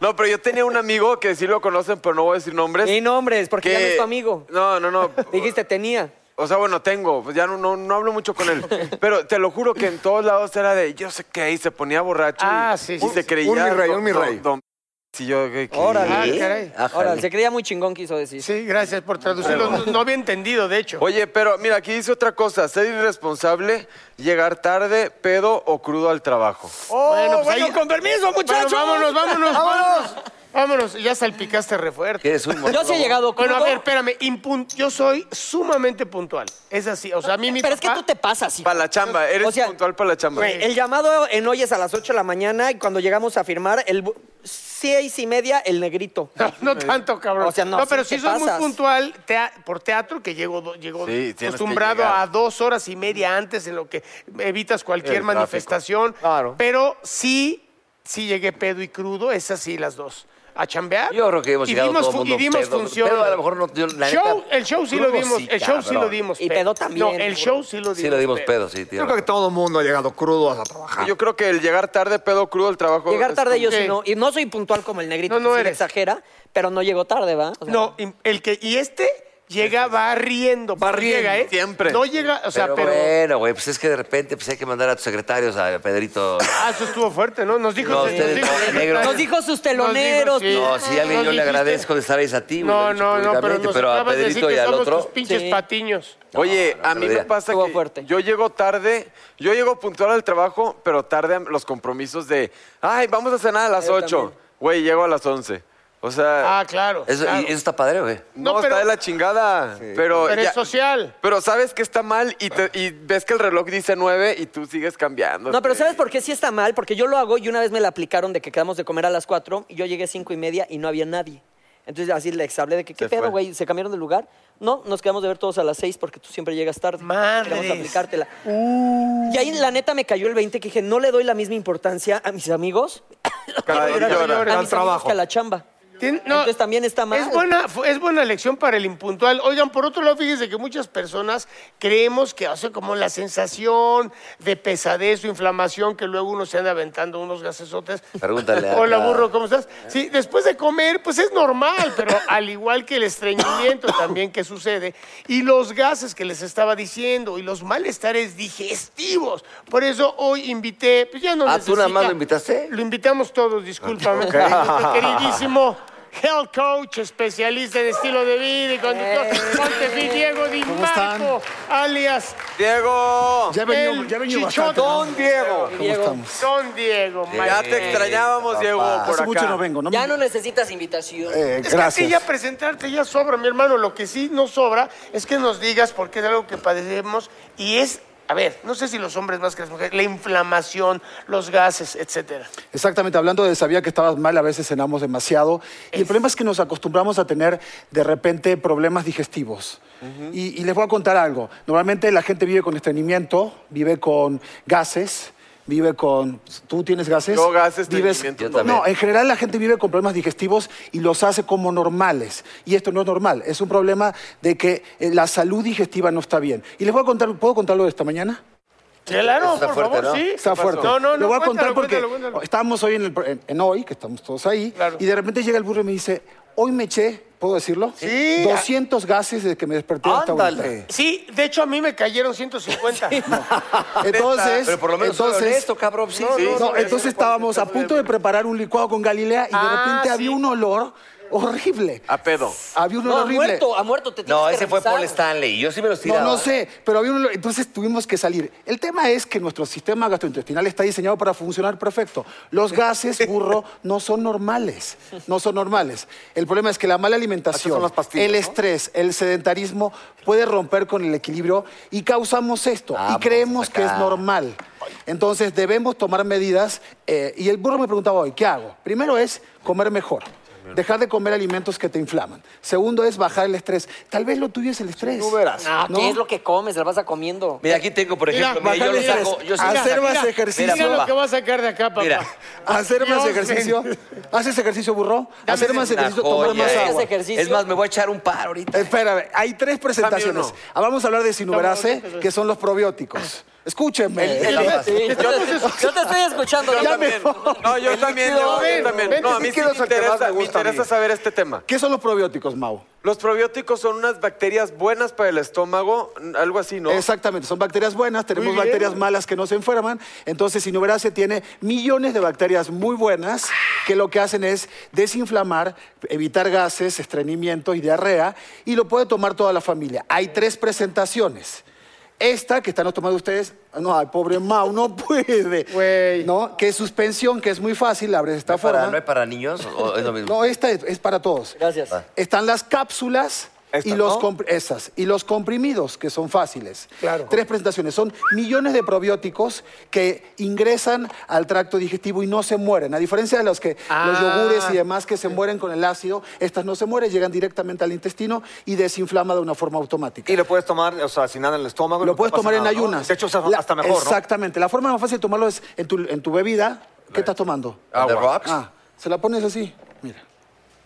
S6: No, pero yo tenía un amigo que sí lo conocen, pero no voy a decir nombres.
S3: Ni nombres, porque
S6: que-
S3: ya no es tu amigo.
S6: No, no, no.
S3: Dijiste, tenía.
S6: O sea, bueno, tengo, pues ya no, no, no hablo mucho con él. Pero te lo juro que en todos lados era de yo sé qué, y se ponía borracho. y-
S2: Ah, sí,
S6: y,
S2: sí,
S6: se
S2: sí.
S6: creía.
S5: Un mi rey,
S6: don-
S5: un mi rey.
S6: don- don- Sí, yo, ¿qué- qué?
S3: Órale.
S2: Ah,
S4: ¿Sí?
S2: caray.
S4: Ájale.
S3: Ahora, se creía muy chingón, quiso decir.
S2: Sí, gracias por traducirlo. No, no había entendido, de hecho.
S6: Oye, pero mira, aquí dice otra cosa: ser irresponsable, llegar tarde, pedo o crudo al trabajo.
S3: Oh,
S2: bueno, pues ahí-
S3: permiso,
S2: Bueno, vámonos, vámonos.
S5: ¡Vámonos!
S2: Vámonos, ya salpicaste re fuerte.
S4: Eres un
S3: Yo sí he llegado
S2: Bueno, a
S3: crudo,
S2: ver, espérame. impun- yo soy sumamente puntual. Es así. O sea, a mí mi
S3: Pero es que
S2: papá-
S3: tú te pasas, hijo.
S6: Para la chamba, eres
S3: O sea,
S6: puntual para la chamba.
S3: Güey, el llamado en hoy es a las 8 de la mañana y cuando llegamos a firmar, el bu- seis y media, el negrito.
S2: No tanto, cabrón.
S3: O sea, no,
S2: pero
S3: sí te
S2: sí soy muy
S3: pasas.
S2: puntual tea- por teatro, que llego, do- llego
S4: Sí, tienes que
S2: acostumbrado
S4: llegar.
S2: a dos horas y media antes, en lo que evitas cualquier
S4: El tráfico.
S2: manifestación.
S5: Claro.
S2: Pero sí, sí llegué pedo y crudo, es así las dos. A chambear.
S4: Yo creo que hemos
S2: y
S4: llegado
S2: dimos
S4: todo el mundo
S2: y dimos
S4: pedo.
S2: función.
S4: Pedo a lo mejor no- yo, la
S2: Show-
S4: neta,
S2: el show sí lo
S4: crudo
S2: dimos.
S4: sí,
S2: el show sí lo
S4: cabrón.
S2: dimos.
S3: Y
S2: pedo.
S3: pedo también,
S2: No, el
S3: güey.
S2: show sí lo dimos.
S4: Sí lo dimos
S2: pedo.
S4: pedo, sí, tío.
S5: Yo creo que todo el mundo ha llegado crudo a trabajar.
S6: Yo creo que el llegar tarde, pedo crudo, el trabajo.
S3: Llegar
S6: es
S3: tarde
S6: como-
S3: yo sí
S2: Sí.
S3: no. Y no soy puntual como el negrito,
S2: No,
S3: que
S2: no
S3: sí le
S2: eres.
S3: exagera, pero no llego tarde, ¿va? O sea,
S2: No, y- el que y este llega barriendo,
S6: Va
S2: barriendo, llega,
S6: riendo,
S2: ¿eh?
S6: siempre.
S2: No llega, o sea,
S4: pero,
S2: pero,
S4: bueno, güey, pues es que de repente pues, hay que mandar a tus secretarios, a Pedrito.
S2: Ah, eso estuvo fuerte, ¿no? Nos dijo
S4: No,
S2: nos
S4: ustedes
S2: dijo-
S4: no, negro.
S3: Nos dijo sus teloneros,
S2: sí.
S4: No, si alguien
S2: Nos
S4: yo le
S2: dijiste-
S4: agradezco de estar ahí a ti, güey, lo he
S2: No,
S4: dicho
S2: no, no, pero
S4: públicamente,
S2: nos
S4: pero a
S2: acabas de decir
S4: Pedrito y
S2: que
S4: al
S2: somos tus
S4: otro.
S2: pinches
S3: Sí.
S2: patiños.
S6: Oye,
S4: no,
S6: a
S4: no
S6: mí
S4: lo
S6: me
S4: diga.
S6: pasa
S3: Estuvo
S6: que
S3: fuerte.
S6: yo llego tarde, yo llego puntual al trabajo, pero tarde a los compromisos de, ay, vamos a cenar a las
S3: Yo
S6: 8.
S3: también.
S6: Güey, llego a las 11. O sea,
S2: Ah, claro.
S4: Eso,
S2: claro.
S4: y eso está padre, güey.
S6: no,
S2: no, pero-
S6: está de la chingada. Pero,
S2: Pero
S6: ya-
S2: es social.
S6: pero sabes que está mal y, te- y ves que el reloj dice 9 y tú sigues cambiando.
S3: No, pero ¿sabes por qué sí está mal? Porque yo lo hago y una vez me la aplicaron de que quedamos de comer a las 4 y yo llegué a 5 y media y no había nadie. Entonces así les hablé de que, ¿qué
S6: Se
S3: pedo,
S6: fue.
S3: güey? ¿Se cambiaron de lugar? No, nos quedamos de ver todos a las 6 porque tú siempre llegas tarde.
S2: Madres.
S3: Queremos aplicártela. Y ahí la neta me cayó el 20 que dije, no le doy la misma importancia a mis amigos,
S6: Cada- llora.
S2: Llora, llora.
S3: a
S5: Al
S3: mis amigos
S5: trabajo.
S3: que a la chamba.
S2: Tien-
S3: Entonces también está mal.
S2: Es buena, fu- es buena lección para el impuntual. Oigan, por otro lado, fíjense que muchas personas creemos que hace como la sensación de pesadez o inflamación que luego uno se anda aventando unos gasesotes.
S4: Pregúntale a-
S2: Hola,
S4: a-
S2: burro, ¿cómo estás? Sí, después de comer, pues es normal, pero al igual que el estreñimiento también que sucede, y los gases que les estaba diciendo, y los malestares digestivos. Por eso hoy invité, pues ya no
S4: Ah, ¿tú nada
S2: necesita-
S4: más lo invitaste?
S2: Lo invitamos todos, discúlpame. Nuestro queridísimo health coach, especialista en estilo de vida y conductor, Montefi Diego Di
S7: Eh. ¿Cómo están?
S2: Marco, alias
S6: Diego,
S7: Ya he venido-
S2: el
S7: ya he venido
S2: Chichón.
S7: bastante, ¿no?
S6: Don Diego.
S7: ¿Cómo estamos?
S2: Don Diego.
S6: Ya
S2: maestro.
S6: te
S5: Este,
S6: extrañábamos, Diego, por
S7: Hace
S6: acá.
S7: mucho no vengo, ¿no?
S3: Ya no necesitas invitación.
S7: Eh,
S2: Es que a ti ya
S7: gracias.
S2: presentarte ya sobra, mi hermano. Lo que sí no sobra es que nos digas por qué es algo que padecemos y es, a ver, no sé si los hombres más que las mujeres, la inflamación, los gases, etcétera.
S7: Exactamente, hablando de sabía que estabas mal, a veces cenamos demasiado. Y el problema es que nos acostumbramos a tener de repente problemas digestivos. y, y les voy a contar algo. Normalmente la gente vive con estreñimiento, vive con gases. Vive con. ¿Tú tienes gases?
S6: Yo gases,
S7: vives,
S6: estreñimiento. Yo
S4: también.
S7: No, en general la gente vive con problemas digestivos y los hace como normales. Y esto no es normal. Es un problema de que eh, la salud digestiva no está bien. Y les voy a contar. ¿Puedo contarlo de esta mañana?
S2: Claro,
S4: Está
S2: por
S4: fuerte,
S2: favor,
S4: ¿no?
S2: sí.
S7: Está fuerte.
S2: No, no, no.
S7: Lo voy a contar
S2: cuéntalo,
S7: porque
S2: cuéntalo, cuéntalo.
S7: estábamos hoy en, el, en- en hoy, que estamos todos ahí,
S2: Claro.
S7: y de repente llega el burro y me dice, hoy me eché, ¿puedo decirlo?
S2: Sí.
S7: 200 gases desde que me desperté hasta ahorita.
S4: Ándale.
S2: Sí, de hecho a mí me cayeron 150.
S7: Entonces,
S4: Pero por lo menos
S7: entonces,
S4: esto, cabrón. Sí, sí.
S7: no, entonces estábamos a punto de preparar un licuado con Galilea y de
S2: Ah,
S7: repente
S2: sí.
S7: había un olor horrible.
S6: A pedo.
S7: Había un
S3: No,
S7: olor
S3: ha
S7: horrible.
S3: muerto, ha muerto. Te tienes
S4: No,
S3: que
S4: ese fue
S3: revisar.
S4: Paul Stanley. Yo sí me los tiraba.
S7: No, no sé, pero había un... entonces tuvimos que salir. El tema es que nuestro sistema gastrointestinal está diseñado para funcionar perfecto. Los gases, burro, no son normales. No son normales. El problema es que la mala
S5: Esas
S7: alimentación,
S5: son las pastillas,
S7: el
S5: ¿no?
S7: estrés, el sedentarismo puede romper con el equilibrio y causamos esto.
S4: Vamos,
S7: y creemos
S4: acá.
S7: que es normal. Entonces debemos tomar medidas. eh, y el burro me preguntaba hoy, ¿qué hago? Primero es comer mejor. Dejar de comer alimentos que te inflaman. Segundo es bajar el estrés. Tal vez lo tuyo es el estrés.
S5: Tú verás.
S3: No, Ah, ¿qué
S7: ¿No?
S3: es lo que comes? La vas a comiendo.
S4: Mira, aquí tengo, por
S2: Mira, Ah,
S4: ejemplo, mira, yo lo
S7: bájale
S4: saco.
S7: tres.
S4: Yo sí
S7: Hacer
S4: lo saco.
S7: más
S4: Mira,
S7: ejercicio.
S4: mira,
S2: Mira lo
S4: papá.
S2: que va a sacar de acá, papá.
S4: Mira.
S7: Hacer más
S2: Dios
S7: ejercicio. ¿Haces ejercicio, burro? Hacer más
S4: Una
S7: ejercicio, tomar
S4: joya,
S7: más
S4: eh.
S3: Haces
S7: agua.
S3: ejercicio.
S4: Es más, me voy a echar un par ahorita.
S7: Espera, hay tres presentaciones.
S6: uno.
S7: Ah, Vamos a hablar de sinuberase, que son los probióticos. Escúchenme.
S3: Sí, yo, te, yo te estoy escuchando.
S7: Ya
S3: yo
S7: me
S3: también.
S7: voy.
S6: No, yo también,
S2: líquido.
S6: Diego, yo también.
S2: Vente,
S6: No, a
S5: sí
S6: mí sí
S5: quiero
S6: me
S5: el que más
S6: interesa,
S5: me
S6: me
S5: gusta a mí.
S6: interesa saber este tema.
S7: ¿Qué son los probióticos, Mau?
S6: Los probióticos son unas bacterias buenas para el estómago, n- algo así, ¿no?
S7: Exactamente, son bacterias buenas, tenemos
S2: Muy bien.
S7: bacterias malas que no se enferman. Entonces, Sinuberase tiene millones de bacterias muy buenas que lo que hacen es desinflamar, evitar gases, estreñimiento y diarrea, y lo puede tomar toda la familia. Hay tres presentaciones. Esta que están tomando ustedes, no, ay, pobre Mau, no puede. ¿No? Que es suspensión, que es muy fácil, abres esta
S4: ¿Para-
S7: forma.
S4: ¿No hay para niños? ¿O es lo mismo?
S7: No, esta es, es para todos.
S3: Gracias.
S7: Están las cápsulas
S5: Estas,
S7: y los
S5: ¿no?
S7: compr- esas, y los comprimidos, que son fáciles.
S2: Claro.
S7: Tres presentaciones. Son millones de probióticos que ingresan al tracto digestivo y no se mueren. A diferencia de los que los
S2: Ah.
S7: yogures y demás que se mueren con el ácido, estas no se mueren, llegan directamente al intestino y desinflama de una forma automática.
S5: Y lo puedes tomar, o sea, sin nada en el estómago.
S7: Lo
S5: no
S7: puedes
S5: pasa
S7: tomar en
S5: nada, ¿no?
S7: ayunas.
S5: De hecho, es
S7: La-
S5: hasta mejor, ¿no?
S7: Exactamente. La forma más fácil de tomarlo es en tu, en tu bebida. ¿Qué estás tomando?
S4: ¿On the rocks?
S7: Ah, se la pones así. Mira.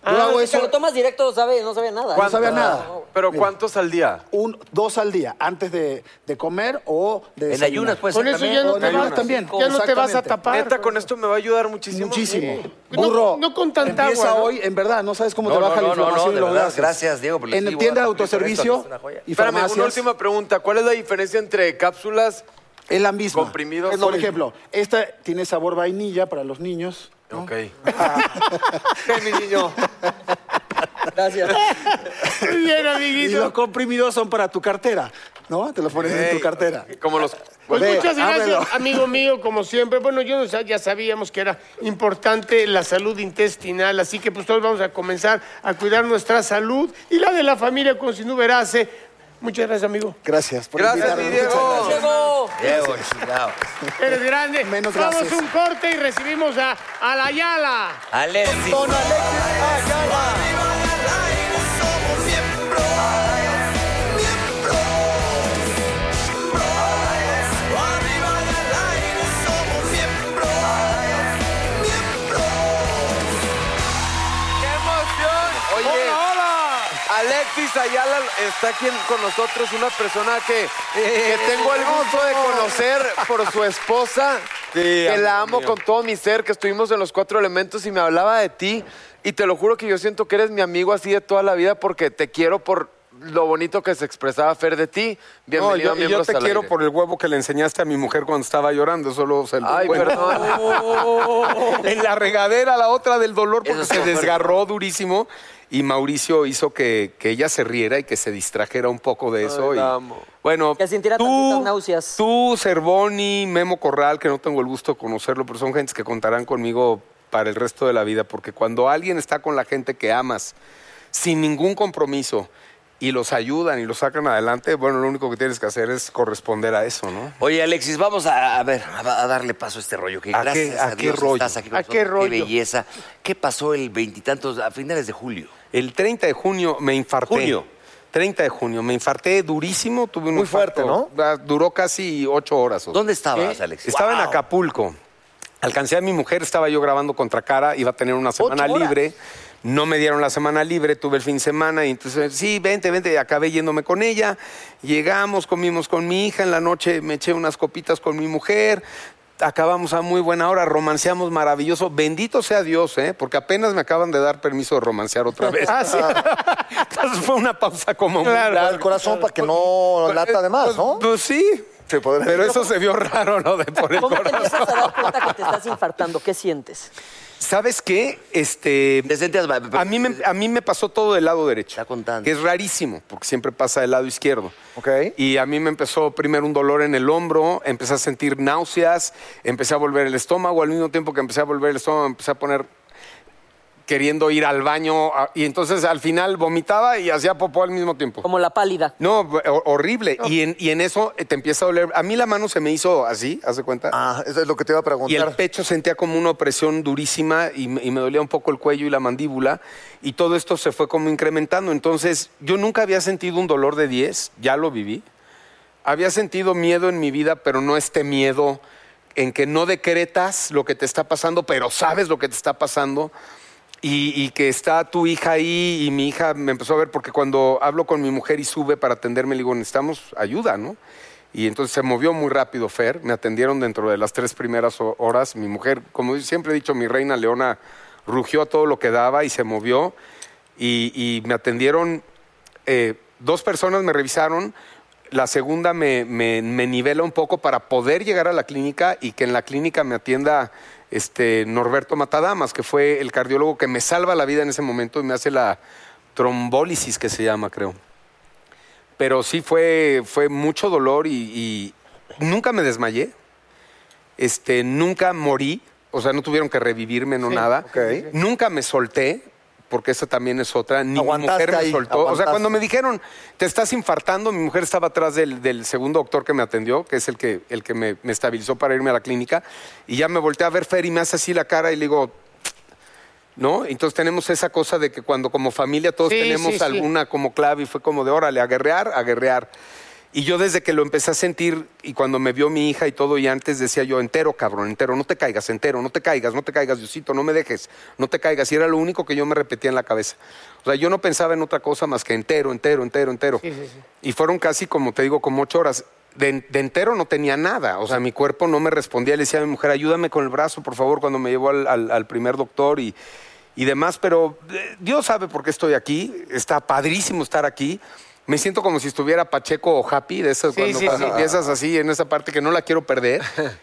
S3: Ah,
S7: Yo hago
S3: si
S7: eso.
S3: te lo tomas directo, sabe, no sabe a nada.
S7: No sabía nada.
S6: ¿Pero
S7: Mira.
S6: cuántos al día?
S7: Un, dos al día, antes de, de comer o de
S4: En
S7: desayunar.
S4: ayunas, pues.
S2: Con eso ya no
S7: En
S2: te
S7: ayunas
S2: vas,
S7: también,
S2: ya no te vas a
S7: exactamente.
S2: tapar.
S6: Neta, con esto me va a ayudar muchísimo.
S7: Muchísimo.
S2: No-
S7: Burro.
S2: no con tanta
S7: empieza
S2: agua, ¿no?
S7: hoy, en verdad, no sabes cómo
S4: No,
S7: te
S4: no,
S7: baja la
S4: no, no,
S7: inflamación
S4: no,
S7: y
S4: de
S7: los
S4: verdad,
S7: gases.
S4: gracias, Diego, por el
S7: En
S4: chivo,
S7: tiendas de
S4: por esto, que es
S7: autoservicio
S4: una joya.
S7: y
S6: Espérame,
S7: farmacias.
S6: una última pregunta. ¿Cuál es la diferencia entre cápsulas?
S7: Es la misma.
S6: Comprimidos.
S7: Es
S6: lo
S7: Por
S6: mismo.
S7: ejemplo, esta tiene sabor vainilla para los niños.
S6: Ok.
S5: Ven, mi niño.
S3: Gracias.
S2: Muy bien,
S7: Y
S2: amiguito.
S7: los comprimidos son para tu cartera, ¿no? Te los pones en tu cartera.
S6: Como los...
S2: Pues
S7: Ve,
S2: muchas gracias,
S7: ábrelo.
S2: amigo mío, como siempre. Bueno, yo no sé, ya sabíamos que era importante la salud intestinal, así que pues todos vamos a comenzar a cuidar nuestra salud y la de la familia con Sinuberace. Muchas gracias, amigo.
S7: Gracias por
S6: Gracias, mi
S7: invitarme. Muchas
S6: Diego.
S3: Diego.
S4: Diego, chingado.
S2: Eres grande.
S7: Menos
S2: Vamos
S7: gracias.
S2: un corte y recibimos a, a la Yala.
S4: Alexis.
S1: Somos miembros, miembros, miembros. Arriba y al aire somos miembros, miembros.
S6: ¡Qué emoción! Oye, Alexis Ayala está aquí con nosotros, una persona que, que tengo el gusto de conocer por su esposa, que la amo con todo mi ser, que estuvimos en los cuatro elementos y me hablaba de ti. Y te lo juro que yo siento que eres mi amigo así de toda la vida porque te quiero por lo bonito que se expresaba Fer de ti.
S8: No,
S6: Bienvenido
S8: yo,
S6: a
S8: y yo
S6: Miembros
S8: te
S6: al
S8: quiero
S6: Aire.
S8: por el huevo que le enseñaste a mi mujer cuando estaba llorando, solo se lo
S6: Ay,
S8: cuento.
S6: perdón.
S8: En la regadera, la otra del dolor,
S4: Eso
S8: porque
S4: estuvo
S8: se
S4: fuerte.
S8: desgarró durísimo. Y Mauricio hizo que, que ella se riera y que se distrajera un poco de eso.
S6: Ay, la
S8: y-
S6: amo.
S8: Bueno,
S3: Que sintiera tantitas náuseas.
S8: Tú, Cervoni, Memo Corral, que no tengo el gusto de conocerlo, pero son gentes que contarán conmigo para el resto de la vida, porque cuando alguien está con la gente que amas, sin ningún compromiso, y los ayudan y los sacan adelante, bueno, lo único que tienes que hacer es corresponder a eso, ¿no?
S4: Oye, Alexis, vamos a, a ver, a, a darle paso a este rollo. Que
S8: ¿A
S4: gracias
S8: qué-
S4: a,
S8: a qué
S4: Dios
S8: rollo?
S4: estás aquí con
S2: ¿A
S4: nosotros,
S2: qué rollo?
S4: belleza. ¿Qué pasó el veintitantos, a finales de julio?
S8: El 30 de junio me infarté.
S4: Junio.
S8: 30 de junio, me infarté durísimo, tuve un
S5: Muy
S8: infarto.
S5: fuerte,
S8: Ah, Duró casi ocho horas. o-
S4: ¿Dónde estabas, Alexis?
S8: Estaba en
S4: Wow.
S8: Acapulco. Alcancé a mi mujer, estaba yo grabando contra cara, iba a tener una semana
S4: horas?
S8: libre. No me dieron la semana libre, tuve el fin de semana y entonces, sí, vente, vente, y acabé yéndome con ella. Llegamos, comimos con mi hija, en la noche me eché unas copitas con mi mujer, acabamos a muy buena hora, romanceamos maravilloso, bendito sea Dios, ¿eh? porque apenas me acaban de dar permiso de romancear otra vez. entonces fue una pausa como muy
S5: Cuidar el
S8: larga.
S5: corazón para que no lata de más, ¿no?
S8: Pues sí,
S5: Se podrá-
S8: pero eso se vio raro, ¿no? De por el
S3: ¿Cómo te
S8: corazón.
S3: empiezas a dar cuenta que te estás infartando? ¿Qué sientes?
S8: ¿Sabes qué? Este,
S4: ¿Te sentías mal?
S8: a, mí me, a mí me pasó todo del lado derecho.
S4: Está contando.
S8: Que es rarísimo, porque siempre pasa del lado izquierdo.
S5: Ok.
S8: Y a mí me empezó primero un dolor en el hombro, empecé a sentir náuseas, empecé a volver el estómago, al mismo tiempo que empecé a volver el estómago, empecé a poner queriendo ir al baño a- y entonces al final vomitaba y hacía popó al mismo tiempo.
S3: Como la pálida.
S8: No, ho- horrible. Y, en, y en eso eh, te empieza a doler. A mí la mano se me hizo así, ¿hace cuenta?
S5: Ah, eso es lo que te iba
S8: Y
S5: a
S8: el
S5: preguntar.
S8: pecho sentía como una opresión durísima y, me- y me dolía un poco el cuello y la mandíbula. Y todo esto se fue como incrementando. Entonces, yo nunca había sentido un dolor de 10, ya lo viví. Había sentido miedo en mi vida, pero no este miedo en que no decretas lo que te está pasando, pero sabes lo que te está pasando. Y, y que está tu hija ahí y mi hija me empezó a ver porque cuando hablo con mi mujer y sube para atenderme, le digo, necesitamos ayuda, ¿no? Y entonces se movió muy rápido Fer, me atendieron dentro de las tres primeras ho- horas, mi mujer, como siempre he dicho, mi reina Leona rugió a todo lo que daba y se movió y, y me atendieron, eh, dos personas me revisaron, la segunda me, me- me nivela un poco para poder llegar a la clínica y que en la clínica me atienda este Norberto Matadamas, que fue el cardiólogo que me salva la vida en ese momento y me hace la trombólisis que se llama, creo. Pero sí fue, fue mucho dolor y, y nunca me desmayé. Este, nunca morí. O sea, no tuvieron que revivirme, no nada.
S5: ok.
S8: Nunca me solté, porque esa también es otra. Ni mi
S5: Aguantaste
S8: mujer me
S5: ahí,
S8: soltó. O sea,
S5: aguantaste.
S8: cuando me dijeron, te estás infartando, mi mujer estaba atrás del, del segundo doctor que me atendió, que es el que, el que me, me estabilizó para irme a la clínica, y ya me volteé a ver Fer y me hace así la cara y le digo, ¿no? Entonces tenemos esa cosa de que cuando como familia todos
S2: Sí,
S8: tenemos
S2: sí, sí.
S8: alguna como clave y fue como de órale, a guerrear, a guerrear. Y yo desde que lo empecé a sentir y cuando me vio mi hija y todo y antes decía yo, entero, cabrón, entero, no te caigas, entero, no te caigas, no te caigas, Diosito, no me dejes, no te caigas. Y era lo único que yo me repetía en la cabeza. O sea, yo no pensaba en otra cosa más que entero, entero, entero, entero. Y fueron casi, como te digo, como ocho horas. De, de entero no tenía nada, o sea, mi cuerpo no me respondía. Le decía a mi mujer, ayúdame con el brazo, por favor, cuando me llevó al- al- al primer doctor y, y demás, pero eh, Dios sabe por qué estoy aquí. Está padrísimo estar aquí. Me siento como si estuviera Pacheco o Happy, de esas
S2: Sí,
S8: cuando
S2: sí, sí.
S8: empiezas así en esa parte que no la quiero perder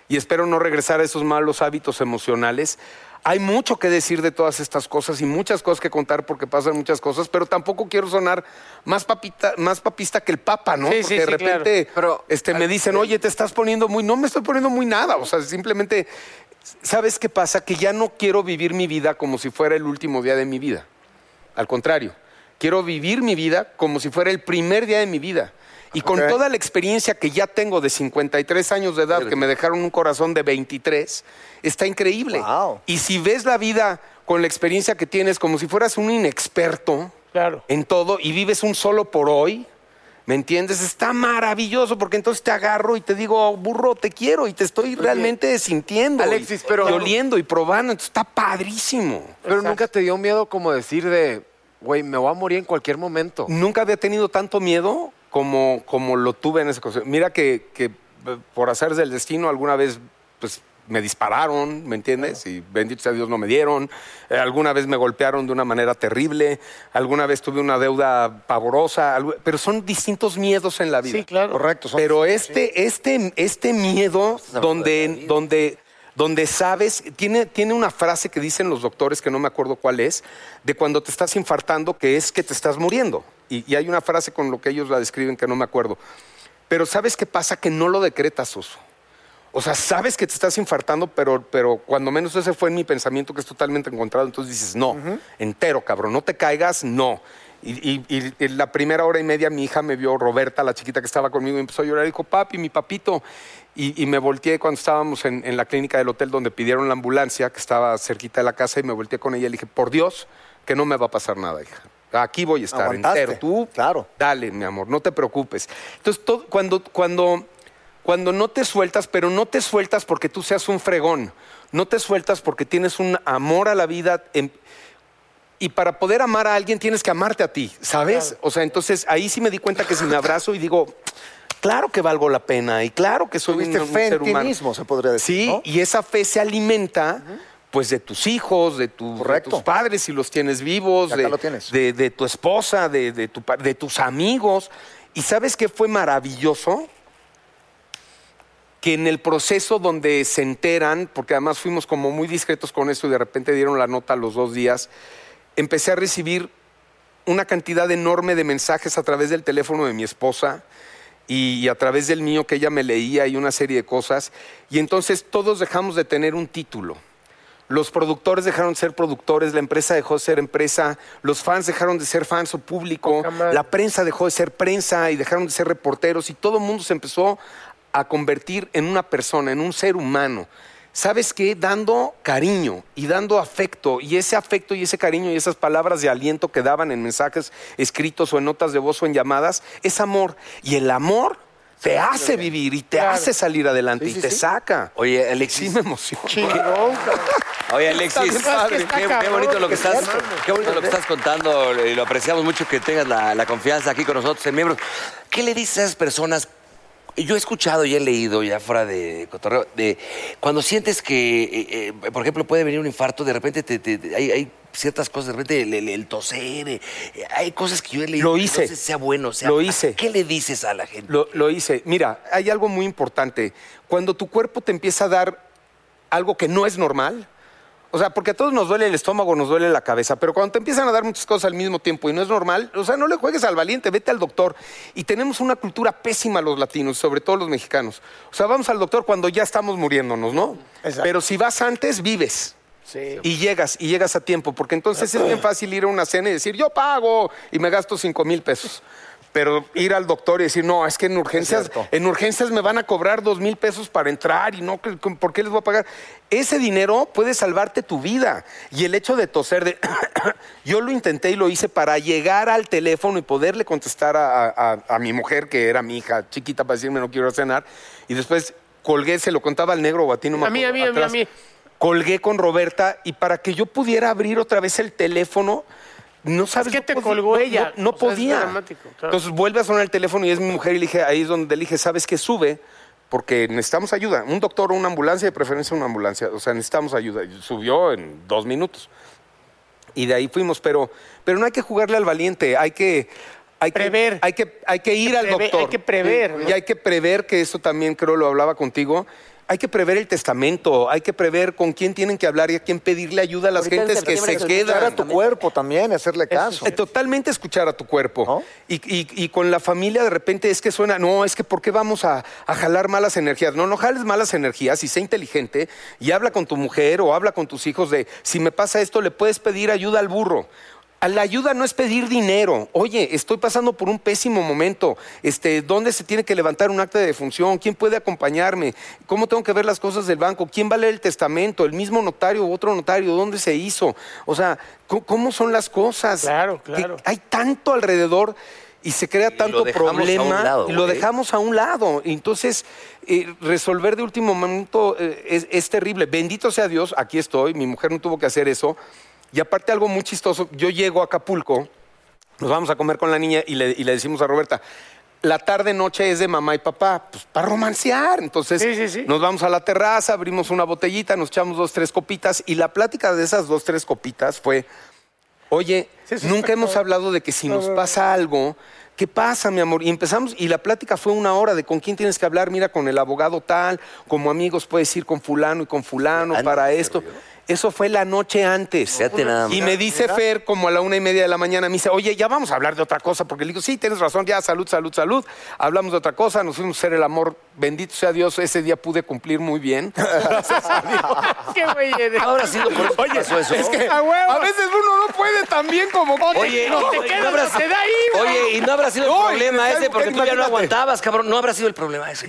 S8: y espero no regresar a esos malos hábitos emocionales. Hay mucho que decir de todas estas cosas y muchas cosas que contar porque pasan muchas cosas, pero tampoco quiero sonar más papita, más papista que el Papa, ¿no?
S2: Sí,
S8: porque
S2: sí,
S8: de
S2: sí, claro.
S8: repente
S6: Pero- ah,
S8: este, me dicen, oye, te estás poniendo muy. No me estoy poniendo muy nada. O sea, simplemente. ¿Sabes qué pasa? Que ya no quiero vivir mi vida como si fuera el último día de mi vida. Al contrario, quiero vivir mi vida como si fuera el primer día de mi vida. Y con
S5: Ok.
S8: toda la experiencia que ya tengo de 53 años de edad, que me dejaron un corazón de 23, está increíble.
S5: Wow.
S8: Y si ves la vida con la experiencia que tienes como si fueras un inexperto,
S2: Claro.
S8: en todo y vives un solo por hoy, ¿me entiendes? Está maravilloso porque entonces te agarro y te digo, "Oh, burro, te quiero y te estoy realmente sintiendo.
S6: Alexis,
S8: y-
S6: pero-
S8: y oliendo y probando, entonces está padrísimo.
S6: Pero nunca te dio miedo como decir de, güey, me voy a morir en cualquier momento.
S8: Nunca había tenido tanto miedo como, como lo tuve en esa cosa. Mira que, que, eh, por hacer del destino alguna vez pues, me dispararon, ¿me entiendes? Y bendito sea Dios no me dieron. Eh, alguna vez me golpearon de una manera terrible. Alguna vez tuve una deuda pavorosa. algo- pero son distintos miedos en la vida.
S2: Sí, claro.
S5: Correcto. son-
S8: Pero este, este, este miedo donde, donde, donde sabes, tiene, tiene una frase que dicen los doctores, que no me acuerdo cuál es, de cuando te estás infartando, que es que te estás muriendo. Y, y hay una frase con lo que ellos la describen que no me acuerdo. Pero ¿sabes qué pasa? Que no lo decretas, Oso. O sea, sabes que te estás infartando, pero, pero cuando menos ese fue en mi pensamiento que es totalmente encontrado, entonces dices, no, entero, cabrón, no te caigas, no. Y, y- y en la primera hora y media mi hija me vio, Roberta, la chiquita que estaba conmigo, y empezó a llorar, dijo, papi, mi papito. Y, y me volteé cuando estábamos en, en la clínica del hotel donde pidieron la ambulancia, que estaba cerquita de la casa, y me volteé con ella y le dije, por Dios, que no me va a pasar nada, hija. Aquí voy a estar
S5: Aguantaste,
S8: entero. Tú,
S5: Uh, claro.
S8: dale, mi amor, no te preocupes. Entonces, todo- cuando, cuando, cuando no te sueltas, pero no te sueltas porque tú seas un fregón, no te sueltas porque tienes un amor a la vida. em- y para poder amar a alguien tienes que amarte a ti, ¿sabes? O sea, entonces ahí sí me di cuenta que si me abrazo y digo, claro que valgo la pena y claro que soy un,
S5: Tuviste
S8: un
S5: fe en
S8: ser
S5: ti
S8: humano.
S5: mismo, se podría decir,
S8: Sí,
S5: ¿no?
S8: y esa fe se alimenta. Pues de tus hijos, de, tu- de
S5: Correcto.
S8: tus padres, si los tienes vivos,
S5: Y acá
S8: de-
S5: lo tienes.
S8: de de, de tu esposa, de, de tu, pa- de tus amigos. ¿Y sabes qué fue maravilloso? Que en el proceso donde se enteran, porque además fuimos como muy discretos con eso y de repente dieron la nota a los dos días, empecé a recibir una cantidad enorme de mensajes a través del teléfono de mi esposa y, y a través del mío que ella me leía y una serie de cosas. Y entonces todos dejamos de tener un título. Los productores dejaron de ser productores, la empresa dejó de ser empresa, los fans dejaron de ser fans o público, la prensa dejó de ser prensa y dejaron de ser reporteros y todo el mundo se empezó a convertir en una persona, en un ser humano. ¿Sabes qué? Dando cariño y dando afecto. Y ese afecto y ese cariño y esas palabras de aliento que daban en mensajes escritos o en notas de voz o en llamadas es amor. Y el amor te hace vivir y te hace salir adelante y te saca.
S4: Oye,
S8: Sí
S4: Alexis.
S8: me emociona.
S2: Chingón, cabrón.
S4: Oye, Alexis,
S2: Está padre.
S4: qué,
S2: Está
S4: qué
S2: cabrón,
S4: bonito lo que
S2: qué
S4: estás,
S2: fuerte.
S4: qué bonito lo que estás contando. Y lo apreciamos mucho que tengas la, la confianza aquí con nosotros en miembros. ¿Qué le dices a esas personas? Yo he escuchado y he leído ya fuera de cotorreo, de cuando sientes que, eh, eh, por ejemplo, puede venir un infarto, de repente te- te- te- hay, hay ciertas cosas, de repente el, el- el toser, eh, eh, hay cosas que yo he leído.
S8: Lo
S4: que
S8: hice.
S4: No sé si sea bueno, o sea.
S8: Lo hice.
S4: ¿Qué le dices a la gente?
S8: Lo, lo hice. Mira, hay algo muy importante. Cuando tu cuerpo te empieza a dar algo que no es normal, O sea, porque a todos nos duele el estómago, nos duele la cabeza, pero cuando te empiezan a dar muchas cosas al mismo tiempo y no es normal, o sea, no le juegues al valiente, vete al doctor. Y tenemos una cultura pésima los latinos, sobre todo los mexicanos. O sea, vamos al doctor cuando ya estamos muriéndonos, ¿no?
S2: Exacto.
S8: Pero si vas antes, vives.
S2: Sí.
S8: Y llegas, y llegas a tiempo, porque entonces es bien fácil ir a una cena y decir, yo pago, y me gasto cinco mil pesos. Pero ir al doctor y decir, no, es que en urgencias, en urgencias me van a cobrar dos mil pesos para entrar y no, que- que- ¿por qué les voy a pagar? Ese dinero puede salvarte tu vida. Y el hecho de toser, de yo lo intenté y lo hice para llegar al teléfono y poderle contestar a, a- a- a mi mujer, que era mi hija chiquita, para decirme no quiero ir a cenar. Y después colgué, se lo contaba al negro o a ti, no me
S2: A mí, a mí,
S8: acuerdo,
S2: a mí, a
S8: atrás
S2: mí.
S8: colgué con Roberta y para que yo pudiera abrir otra vez el teléfono, no sabes
S2: que
S8: no
S2: te
S8: podía-
S2: colgó
S8: no-
S2: ella.
S8: No, no
S2: O sea, es
S8: podía.
S2: dramático, claro.
S8: Entonces vuelve a sonar el teléfono y es mi mujer y le dije, ahí es donde le dije, ¿sabes qué? Sube porque necesitamos ayuda. Un doctor o una ambulancia, de preferencia una ambulancia. O sea, necesitamos ayuda. Y subió en dos minutos. Y de ahí fuimos, pero, pero no hay que jugarle al valiente, hay que... Hay
S2: Prever.
S8: Que, hay, que, hay que ir al
S2: preve-
S8: doctor.
S2: hay que prever,
S8: Sí,
S2: ¿no?
S8: Y hay que prever, que eso también creo lo hablaba contigo, hay que prever el testamento, hay que prever con quién tienen que hablar y a quién pedirle ayuda a las
S3: Ahorita en
S8: gentes que
S3: septiembre
S8: se
S3: se
S5: Escuchar
S8: quedan.
S5: a tu cuerpo también, hacerle caso.
S8: Eh, Totalmente escuchar a tu cuerpo.
S5: ¿No?
S8: Y, y- y con la familia de repente es que suena, no, es que ¿por qué vamos a, a jalar malas energías? No, no jales malas energías y sé inteligente y habla con tu mujer o habla con tus hijos de, si me pasa esto, le puedes pedir ayuda al burro. A La ayuda no es pedir dinero. Oye, estoy pasando por un pésimo momento. Este, ¿Dónde se tiene que levantar un acta de defunción? ¿Quién puede acompañarme? ¿Cómo tengo que ver las cosas del banco? ¿Quién va a leer el testamento? ¿El mismo notario u otro notario? ¿Dónde se hizo? O sea, ¿cómo- ¿cómo son las cosas?
S2: Claro,
S8: Que
S2: claro.
S8: hay tanto alrededor y se crea
S4: lo
S8: tanto
S4: dejamos
S8: problema
S4: a un lado, ¿eh?
S8: y lo
S4: güey.
S8: dejamos a un lado. Entonces, eh, resolver de último momento eh, es, es terrible. Bendito sea Dios, aquí estoy, mi mujer no tuvo que hacer eso. Y aparte algo muy chistoso, yo llego a Acapulco, nos vamos a comer con la niña y le, y le decimos a Roberta, la tarde noche es de mamá y papá, pues para romancear. Entonces
S2: Sí, sí, sí.
S8: nos vamos a la terraza, abrimos una botellita, nos echamos dos, tres copitas y la plática de esas dos, tres copitas fue, oye,
S2: Sí, sí,
S8: nunca
S2: está
S8: hemos
S2: cabrón.
S8: hablado de que si nos pasa algo, ¿qué pasa, mi amor? Y empezamos, y la plática fue una hora de con quién tienes que hablar, mira, con el abogado tal, como amigos puedes ir con fulano y con fulano
S4: Antes
S8: para
S4: se
S8: esto.
S4: vio.
S8: Eso fue la noche antes.
S4: Fíjate nada
S8: Y
S4: más.
S8: me dice Fer, como a la una y media de la mañana, me dice, oye, ya vamos a hablar de otra cosa, porque le digo, sí, tienes razón, ya, salud, salud, salud. Hablamos de otra cosa, nos fuimos a hacer el amor, bendito sea Dios, ese día pude cumplir muy bien.
S2: Qué güey eres.
S4: Ahora sí, por eso pasó eso.
S2: ¡A huevo!
S8: a veces uno no puede tan bien como...
S4: Oye,
S2: no te
S4: oye,
S2: quedas,
S4: no habrás-
S2: te da ahí, güey.
S4: Oye, y no habrá sido
S8: No,
S4: el problema
S8: y-
S4: ese, porque tú ya no
S8: imagínate.
S4: aguantabas, cabrón. No habrá sido el problema ese.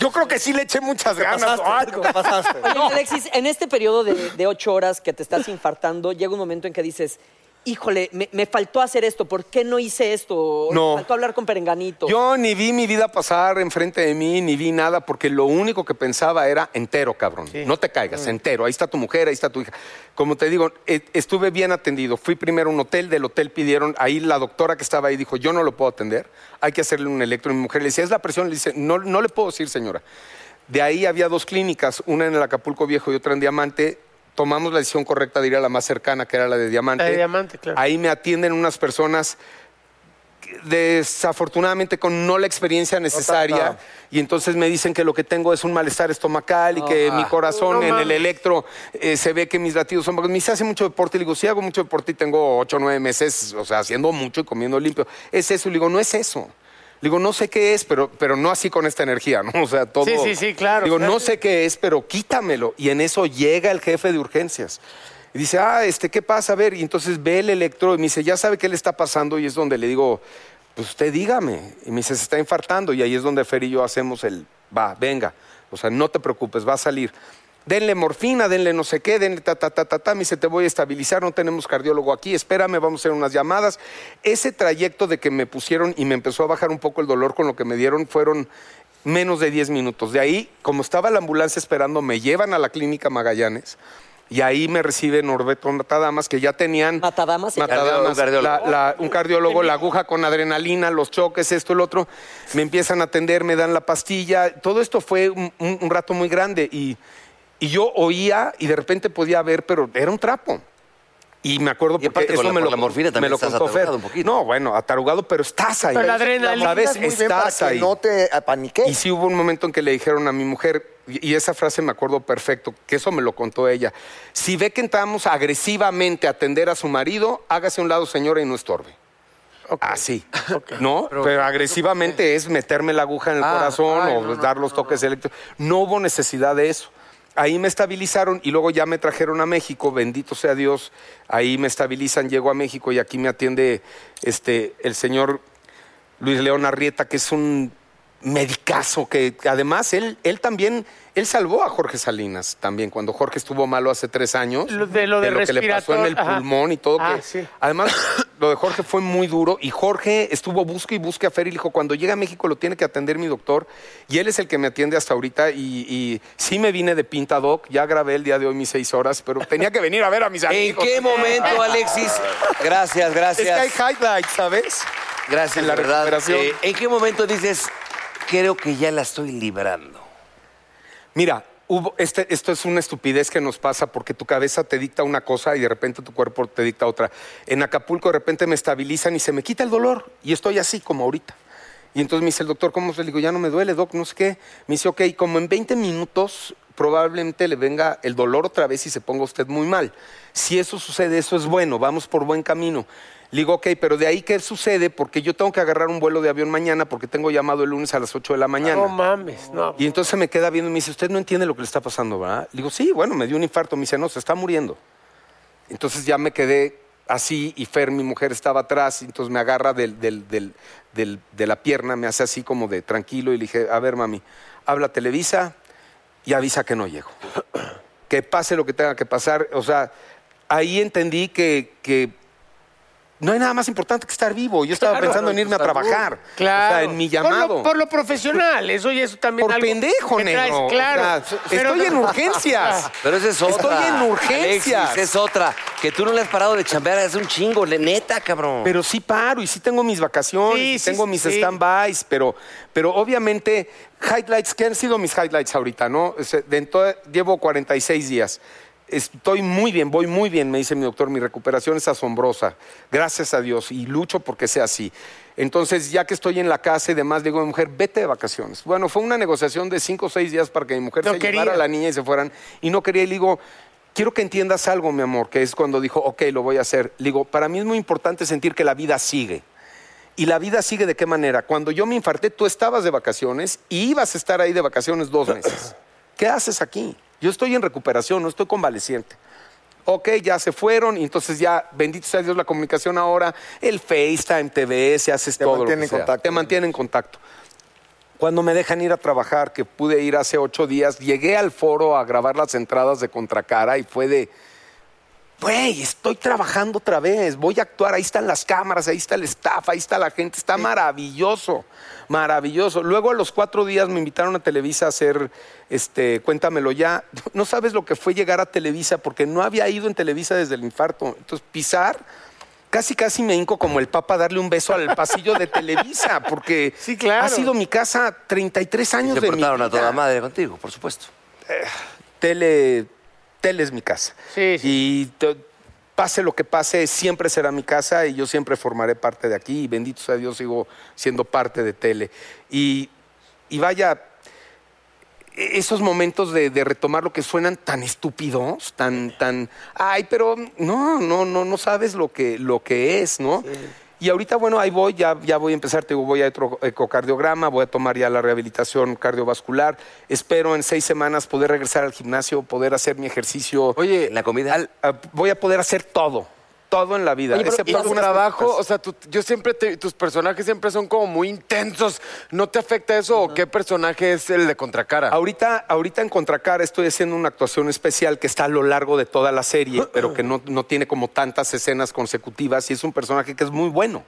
S8: Yo creo que sí le eché muchas ganas. o algo.
S3: Oye, Alexis, en este periodo de, de ocho horas que te estás infartando, llega un momento en que dices, híjole, me, me faltó hacer esto, ¿por qué no hice esto? O
S8: No.
S3: Me faltó hablar con Perenganito.
S8: Yo ni vi mi vida pasar enfrente de mí, ni vi nada, porque lo único que pensaba era entero, cabrón. No te caigas,
S2: Mm.
S8: entero. Ahí está tu mujer, ahí está tu hija. Como te digo, e- estuve bien atendido. Fui primero a un hotel, del hotel pidieron, ahí la doctora que estaba ahí dijo, yo no lo puedo atender, hay que hacerle un electro. Y Mi mujer le decía, es la presión, le dice, no, no le puedo decir, señora. De ahí había dos clínicas, una en el Acapulco Viejo y otra en Diamante. Tomamos la decisión correcta de ir a la más cercana, que era la de Diamante.
S2: La de Diamante, claro.
S8: Ahí me atienden unas personas desafortunadamente con no la experiencia necesaria y entonces me dicen que lo que tengo es un malestar estomacal y que mi corazón
S2: No
S8: en el
S2: mames.
S8: electro eh, se ve que mis latidos son bajos. Me dice, hace mucho deporte, le digo, sí hago mucho deporte y tengo ocho o nueve meses, o sea, haciendo mucho y comiendo limpio. Es eso, le digo, no es eso. Le digo, no sé qué es, pero, pero no así con esta energía, ¿no? O sea, todo.
S2: Sí, sí, sí, claro.
S8: Digo,
S2: Claro.
S8: no sé qué es, pero quítamelo. Y en eso llega el jefe de urgencias. Y dice, ah, este, ¿qué pasa? A ver, y entonces ve el electro y me dice, ya sabe qué le está pasando. Y es donde le digo, pues usted dígame. Y me dice, se está infartando. Y ahí es donde Fer y yo hacemos el, va, venga. O sea, no te preocupes, va a salir. Denle morfina, denle no sé qué, denle ta, ta, ta, ta, ta. Me dice, te voy a estabilizar, no tenemos cardiólogo aquí, espérame, vamos a hacer unas llamadas. Ese trayecto de que me pusieron y me empezó a bajar un poco el dolor con lo que me dieron fueron menos de 10 minutos. De ahí, como estaba la ambulancia esperando, me llevan a la clínica Magallanes y ahí me recibe Norberto Matadamas, que ya tenían...
S3: Matadamas, sí.
S8: Matadamas,
S4: Ah, Un cardiólogo.
S8: la- la- un cardiólogo, la aguja con adrenalina, los choques, esto, el otro. Me empiezan a atender, me dan la pastilla. Todo esto fue un, un- un rato muy grande y, y yo oía y de repente podía ver, pero era un trapo. Y me acuerdo
S4: Y
S8: porque
S4: aparte con
S8: eso
S4: la-
S8: me
S4: por
S8: lo,
S4: la morfina también
S8: me lo
S4: estás
S8: contó Fer.
S4: atarugado un poquito.
S8: No, bueno, atarugado, pero estás ahí.
S2: Pero la adrenalina
S8: ¿Sabes?
S9: Muy bien para
S8: Estás
S9: que
S8: ahí.
S9: no te apaniques.
S8: Y sí hubo un momento en que le dijeron a mi mujer, y y esa frase me acuerdo perfecto, que eso me lo contó ella. Si ve que entramos agresivamente a atender a su marido, hágase a un lado, señora, y no estorbe. Así. ¿No? Pero, Ah, agresivamente es meterme la aguja en el corazón o dar los toques eléctricos. No hubo necesidad de eso. Ahí me estabilizaron y luego ya me trajeron a México, bendito sea Dios. Ahí me estabilizan, llego a México y aquí me atiende este, el señor Luis León Arrieta, que es un medicazo, que además él, él también, él salvó a Jorge Salinas también, cuando Jorge estuvo malo hace tres años.
S2: Lo de- lo del
S8: que le pasó en el
S2: respirator, ajá.
S8: pulmón y todo.
S2: Ah,
S8: que-
S2: sí.
S8: Además, lo de Jorge fue muy duro y Jorge estuvo busque y busque a Fer y le dijo, cuando llega a México lo tiene que atender mi doctor y él es el que me atiende hasta ahorita y, y sí me vine de pinta, doc, ya grabé el día de hoy mis seis horas, pero tenía que venir a ver a mis
S4: ¿En
S8: amigos.
S4: qué momento, Alexis? Gracias,
S8: Es que hay
S4: gracias.
S8: highlights, ¿sabes?
S4: Gracias,
S8: en la
S4: de verdad.
S8: recuperación.
S4: Eh, ¿En qué momento dices, creo que ya la estoy librando?
S8: Mira, hubo- este- esto es una estupidez que nos pasa porque tu cabeza te dicta una cosa y de repente tu cuerpo te dicta otra. En Acapulco de repente me estabilizan y se me quita el dolor y estoy así como ahorita. Y entonces me dice el doctor, ¿cómo se? Le digo, ya no me duele, doc, no sé qué. Me dice, ok, como en 20 minutos probablemente le venga el dolor otra vez y se ponga usted muy mal. Si eso sucede, eso es bueno, vamos por buen camino. Le digo, ok, pero de ahí qué sucede, porque yo tengo que agarrar un vuelo de avión mañana porque tengo llamado el lunes a las 8 de la mañana.
S2: No mames, no.
S8: Y entonces me queda viendo y me dice, usted no entiende lo que le está pasando, ¿verdad? Le digo, sí, bueno, me dio un infarto. Me dice, no, se está muriendo. Entonces ya me quedé así y Fer, mi mujer, estaba atrás. y Entonces me agarra del, del- del- del- de la pierna, me hace así como de tranquilo y le dije, a ver, mami, habla Televisa y avisa que no llego. Que pase lo que tenga que pasar. O sea, ahí entendí que... que no hay nada más importante que estar vivo. Yo estaba pensando en irme a trabajar.
S2: Claro.
S8: O sea, en mi
S2: Por lo-
S8: llamado.
S2: Por lo, profesional, eso y eso también
S8: Por
S2: algo
S8: pendejo,
S2: que traes,
S8: negro.
S2: claro.
S8: O sea,
S2: Pero- Ah,
S8: estoy en urgencias.
S4: Pero esa es
S8: Estoy
S4: otra.
S8: en urgencias.
S4: Alexis, es otra. Que tú no le has parado de chambear hace un chingo, le- neta, cabrón.
S8: Pero sí paro y sí tengo mis vacaciones,
S2: Sí,
S8: y
S2: sí,
S8: tengo
S2: sí,
S8: mis
S2: sí.
S8: stand-bys, pero, pero obviamente, highlights, ¿qué han sido mis highlights ahorita? no? O sea, de en toda- llevo 46 días. Estoy muy bien, voy muy bien, me dice mi doctor. Mi recuperación es asombrosa. Gracias a Dios. Y lucho porque sea así. Entonces, ya que estoy en la casa y demás, le digo a mi mujer, vete de vacaciones. Bueno, fue una negociación de cinco o seis días para que mi mujer
S2: No
S8: se
S2: quería.
S8: llevara a la niña y se fueran. Y no quería. Y le digo, quiero que entiendas algo, mi amor, que es cuando dijo, ok, lo voy a hacer. Le digo, para mí es muy importante sentir que la vida sigue. Y la vida sigue de qué manera. Cuando yo me infarté, tú estabas de vacaciones y ibas a estar ahí de vacaciones dos meses. ¿Qué haces aquí? Yo estoy en recuperación, no estoy convaleciente. Ok, ya se fueron, y entonces ya, bendito sea Dios, la comunicación ahora, el FaceTime, TV, se haces
S9: Te
S8: todo. lo que
S9: mantiene en
S8: sea.
S9: contacto.
S8: Te mantiene en contacto. Cuando me dejan ir a trabajar, que pude ir hace ocho días, llegué al foro a grabar las entradas de Contracara y fue de, güey, estoy trabajando otra vez, voy a actuar, ahí están las cámaras, ahí está el staff, ahí está la gente, está maravilloso, maravilloso. Luego a los cuatro días me invitaron a Televisa a hacer, este, cuéntamelo ya, no sabes lo que fue llegar a Televisa, porque no había ido en Televisa desde el infarto, entonces pisar... Casi, casi me hinco como el papa a darle un beso al pasillo de Televisa, porque
S2: Sí, claro.
S8: ha sido mi casa 33 años
S4: Se
S8: de mi
S4: portaron a
S8: vida.
S4: toda madre contigo, por supuesto.
S8: Tele, tele es mi casa.
S2: Sí, sí.
S8: Y to- pase lo que pase, siempre será mi casa y yo siempre formaré parte de aquí. Y bendito sea Dios, sigo siendo parte de tele. Y, y vaya, e- esos momentos de, de retomar lo que suenan tan estúpidos, tan, tan, ay, pero no, no, no, no sabes lo que, lo que es, ¿no? Y ahorita, bueno, ahí voy, ya, ya voy a empezar, te digo, voy a otro ecocardiograma, voy a tomar ya la rehabilitación cardiovascular. Espero en seis semanas poder regresar al gimnasio, poder hacer mi ejercicio.
S6: Oye,
S4: La comida.
S6: al-
S8: Ah, voy a poder hacer todo, todo en la vida.
S6: Oye, pero
S8: excepto
S6: y tu
S8: algunas
S6: trabajo,
S8: cositas.
S6: o sea, tú- yo siempre te- tus personajes siempre son como muy intensos. ¿No te afecta eso o qué personaje es el de contracara?
S8: Ahorita, ahorita en Contracara estoy haciendo una actuación especial que está a lo largo de toda la serie, pero que no, no tiene como tantas escenas consecutivas y es un personaje que es muy bueno.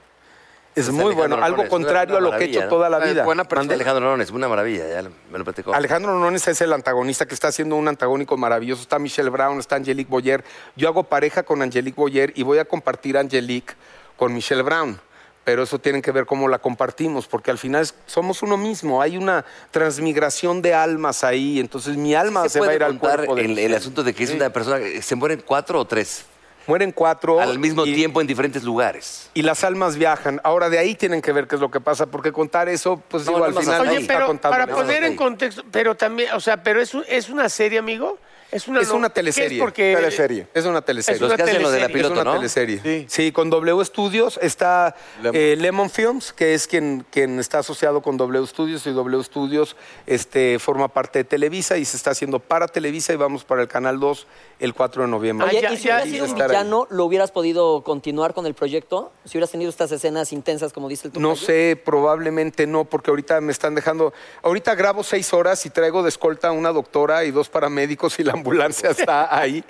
S8: Es
S4: Este
S8: muy
S4: Alejandro
S8: bueno, algo
S4: Rones,
S8: contrario a
S4: una
S8: lo que he hecho
S4: maravilla, ¿no?
S8: toda la
S6: Eh,
S8: vida.
S6: buena persona.
S8: ¿Mande?
S4: Alejandro Nones, una maravilla, ya me lo platicó.
S8: Alejandro Nones es el antagonista que está haciendo un antagónico maravilloso. Está Michelle Brown, está Angelique Boyer. Yo hago pareja con Angelique Boyer y voy a compartir a Angelique con Michelle Brown. Pero eso tiene que ver cómo la compartimos, porque al final es- somos uno mismo. Hay una transmigración de almas ahí. Entonces mi alma
S4: ¿Se
S8: se, va a
S4: puede
S8: ir al
S4: contar
S8: cuerpo de
S4: el, el
S8: Michelle.
S4: asunto de que es una persona que se mueren eh, cuatro o tres?
S8: Mueren cuatro.
S4: Al mismo
S8: Oh, y-
S4: tiempo en diferentes lugares.
S8: Y las almas viajan. Ahora de ahí tienen que ver qué es lo que pasa, porque contar eso, pues
S4: No,
S8: digo,
S4: no
S8: al
S4: nos
S8: final
S4: hasta
S8: no
S2: Oye,
S4: ahí.
S8: está
S2: pero
S8: contando.
S2: para
S8: nada.
S2: poner en
S4: ahí.
S2: contexto, pero también, o sea, pero es, un- es una serie, amigo. Es una,
S8: Es
S2: no-
S8: una
S2: ¿qué es?
S8: teleserie.
S2: Porque-
S5: Teleserie.
S8: Es una teleserie.
S2: Es una
S4: Los que hacen lo de la
S2: teleserie,
S8: Es
S4: piloto,
S8: una
S4: ¿no?
S8: teleserie.
S6: Sí.
S8: Sí. con W Studios está
S6: Lemon.
S8: Lemon, Lemon Films, que es quien, quien está asociado con W Studios y W Studios este, forma parte de Televisa y se está haciendo para Televisa y vamos para el Canal 2 el 4 de noviembre.
S3: Oye,
S2: Ah, ya-
S3: ¿y si
S2: ya-
S3: hubieras sido un
S8: estar ahí.
S3: villano, lo hubieras podido continuar con el proyecto? Si hubieras tenido estas escenas intensas, como dice el
S8: No
S3: tocayo.
S8: sé, probablemente no, porque ahorita me están dejando. Ahorita grabo seis horas y traigo de escolta a una doctora y dos paramédicos y la ambulancia está ahí.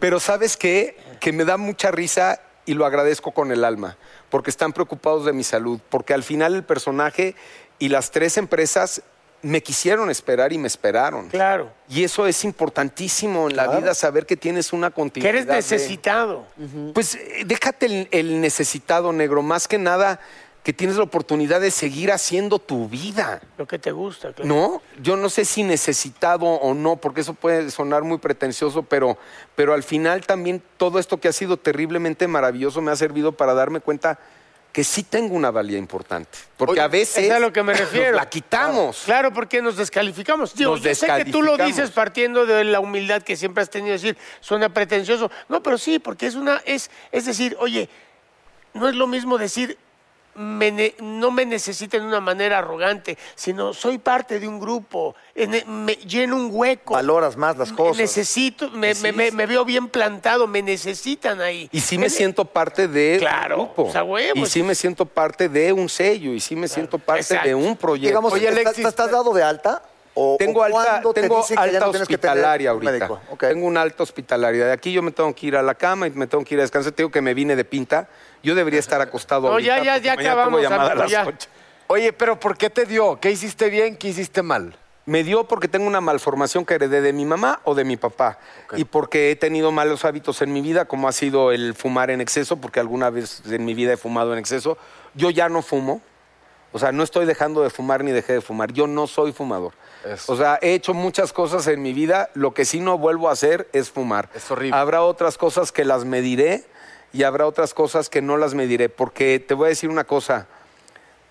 S8: Pero ¿sabes qué? Que me da mucha risa y lo agradezco con el alma, porque están preocupados de mi salud, porque al final el personaje y las tres empresas me quisieron esperar y me esperaron.
S2: Claro.
S8: Y eso es importantísimo en la vida, saber que tienes una
S2: Que
S8: continuidad.
S2: eres
S8: de-
S2: necesitado.
S8: pues eh, déjate el, el necesitado negro, más que nada que tienes la oportunidad de seguir haciendo tu vida.
S2: Lo que te gusta, claro.
S8: ¿No? Yo no sé si necesitado o no, porque eso puede sonar muy pretencioso, pero, pero al final también todo esto que ha sido terriblemente maravilloso me ha servido para darme cuenta que sí tengo una valía importante. Porque
S6: Oye,
S8: a veces
S2: es a lo que me
S8: nos
S2: refiero. Ah,
S8: la quitamos.
S2: Claro, porque nos descalificamos. Digo,
S8: Nos
S2: yo sé que tú lo
S8: descalificamos.
S2: dices partiendo de la humildad que siempre has tenido, decir, suena pretencioso. No, pero sí, porque es una, es, es decir, oye, no es lo mismo decir, me ne- no me necesitan de una manera arrogante, sino soy parte de un grupo, en- e-, me lleno un hueco.
S5: Valoras más las cosas.
S2: Necesito, me, me- me- me veo bien plantado, me necesitan ahí.
S8: Y sí me
S2: Es-
S8: siento parte de
S2: Claro,
S8: un grupo.
S2: pues, a huevo.
S8: Y sí me siento parte de un sello. Y sí me siento parte
S2: Exacto.
S8: de un proyecto.
S5: Digamos,
S6: Oye,
S5: ¿está-
S6: Alexis,
S5: ¿estás, estás dado de alta? ¿O,
S8: Tengo
S5: o
S8: alta,
S5: cuándo te
S8: tengo
S5: dicen que ya
S8: alta
S5: no tienes que tener
S8: hospitalaria
S5: un
S8: ahorita.
S5: médico? Ok.
S8: Tengo una alta hospitalaria. De aquí yo me tengo que ir a la cama y me tengo que ir a descansar. Te digo que me vine de pinta. Yo debería estar acostado
S2: No,
S8: ahorita.
S2: ya, ya,
S8: porque
S2: ya
S8: mañana tengo
S2: acabamos,
S8: llamada
S2: amigo,
S8: a las
S2: ya.
S8: ocho.
S6: Oye, pero ¿por qué te dio? ¿Qué hiciste bien? ¿Qué hiciste mal?
S8: Me dio porque tengo una malformación que heredé de mi mamá o de mi papá. Y porque he tenido malos hábitos en mi vida, como ha sido el fumar en exceso, porque alguna vez en mi vida he fumado en exceso. Yo ya no fumo. O sea, no estoy dejando de fumar ni dejé de fumar. Yo no soy fumador.
S6: Eso.
S8: O sea, he hecho muchas cosas en mi vida. Lo que sí no vuelvo a hacer es fumar.
S6: Es horrible.
S8: Habrá otras cosas que las mediré y habrá otras cosas que no las mediré. Porque te voy a decir una cosa.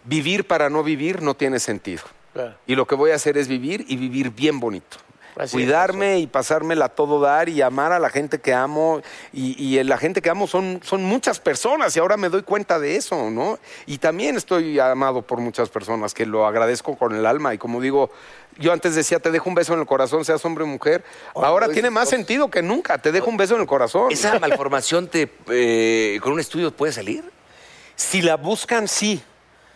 S8: Vivir para no vivir no tiene sentido.
S2: Claro.
S8: Y lo que voy a hacer es vivir y vivir bien bonito.
S2: Así es,
S8: Cuidarme y pasármela a todo dar y amar a la gente que amo. Y, y la gente que amo son, son muchas personas y ahora me doy cuenta de eso, ¿no? Y también estoy amado por muchas personas que lo agradezco con el alma. Y como digo, yo antes decía, te dejo un beso en el corazón, seas hombre o mujer. ahora tiene más sentido que nunca, te dejo un beso en el corazón.
S4: ¿Esa malformación te, eh, con un estudio puede salir?
S8: Si la buscan, sí.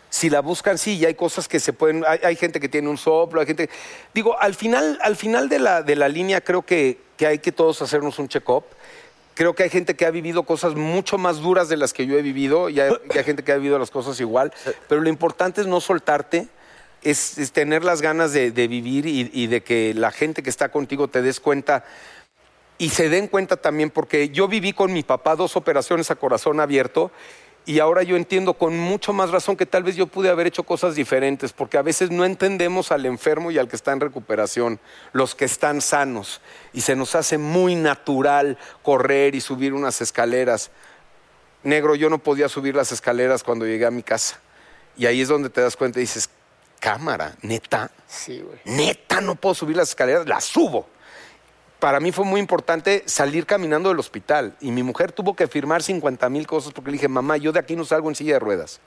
S8: Si la buscan, sí, y hay cosas que se pueden. Hay, hay gente que tiene un soplo, hay gente. Digo, al final, al final de la, de la línea, creo que, que hay que todos hacernos un check-up. Creo que hay gente que ha vivido cosas mucho más duras de las que yo he vivido, y hay, y hay gente que ha vivido las cosas igual. Pero lo importante es no soltarte, es, es tener las ganas de, de vivir y- y de que la gente que está contigo te des cuenta y se den cuenta también, porque yo viví con mi papá dos operaciones a corazón abierto y ahora yo entiendo con mucho más razón que tal vez yo pude haber hecho cosas diferentes, porque a veces no entendemos al enfermo y al que está en recuperación, los que están sanos, y se nos hace muy natural correr y subir unas escaleras. Negro, yo no podía subir las escaleras cuando llegué a mi casa. Y ahí es donde te das cuenta y dices, cámara, neta,
S2: Sí, güey.
S8: neta, no puedo subir las escaleras, las subo para mí fue muy importante salir caminando del hospital. Y mi mujer tuvo que firmar 50 mil cosas porque le dije, mamá, yo de aquí no salgo en silla de ruedas.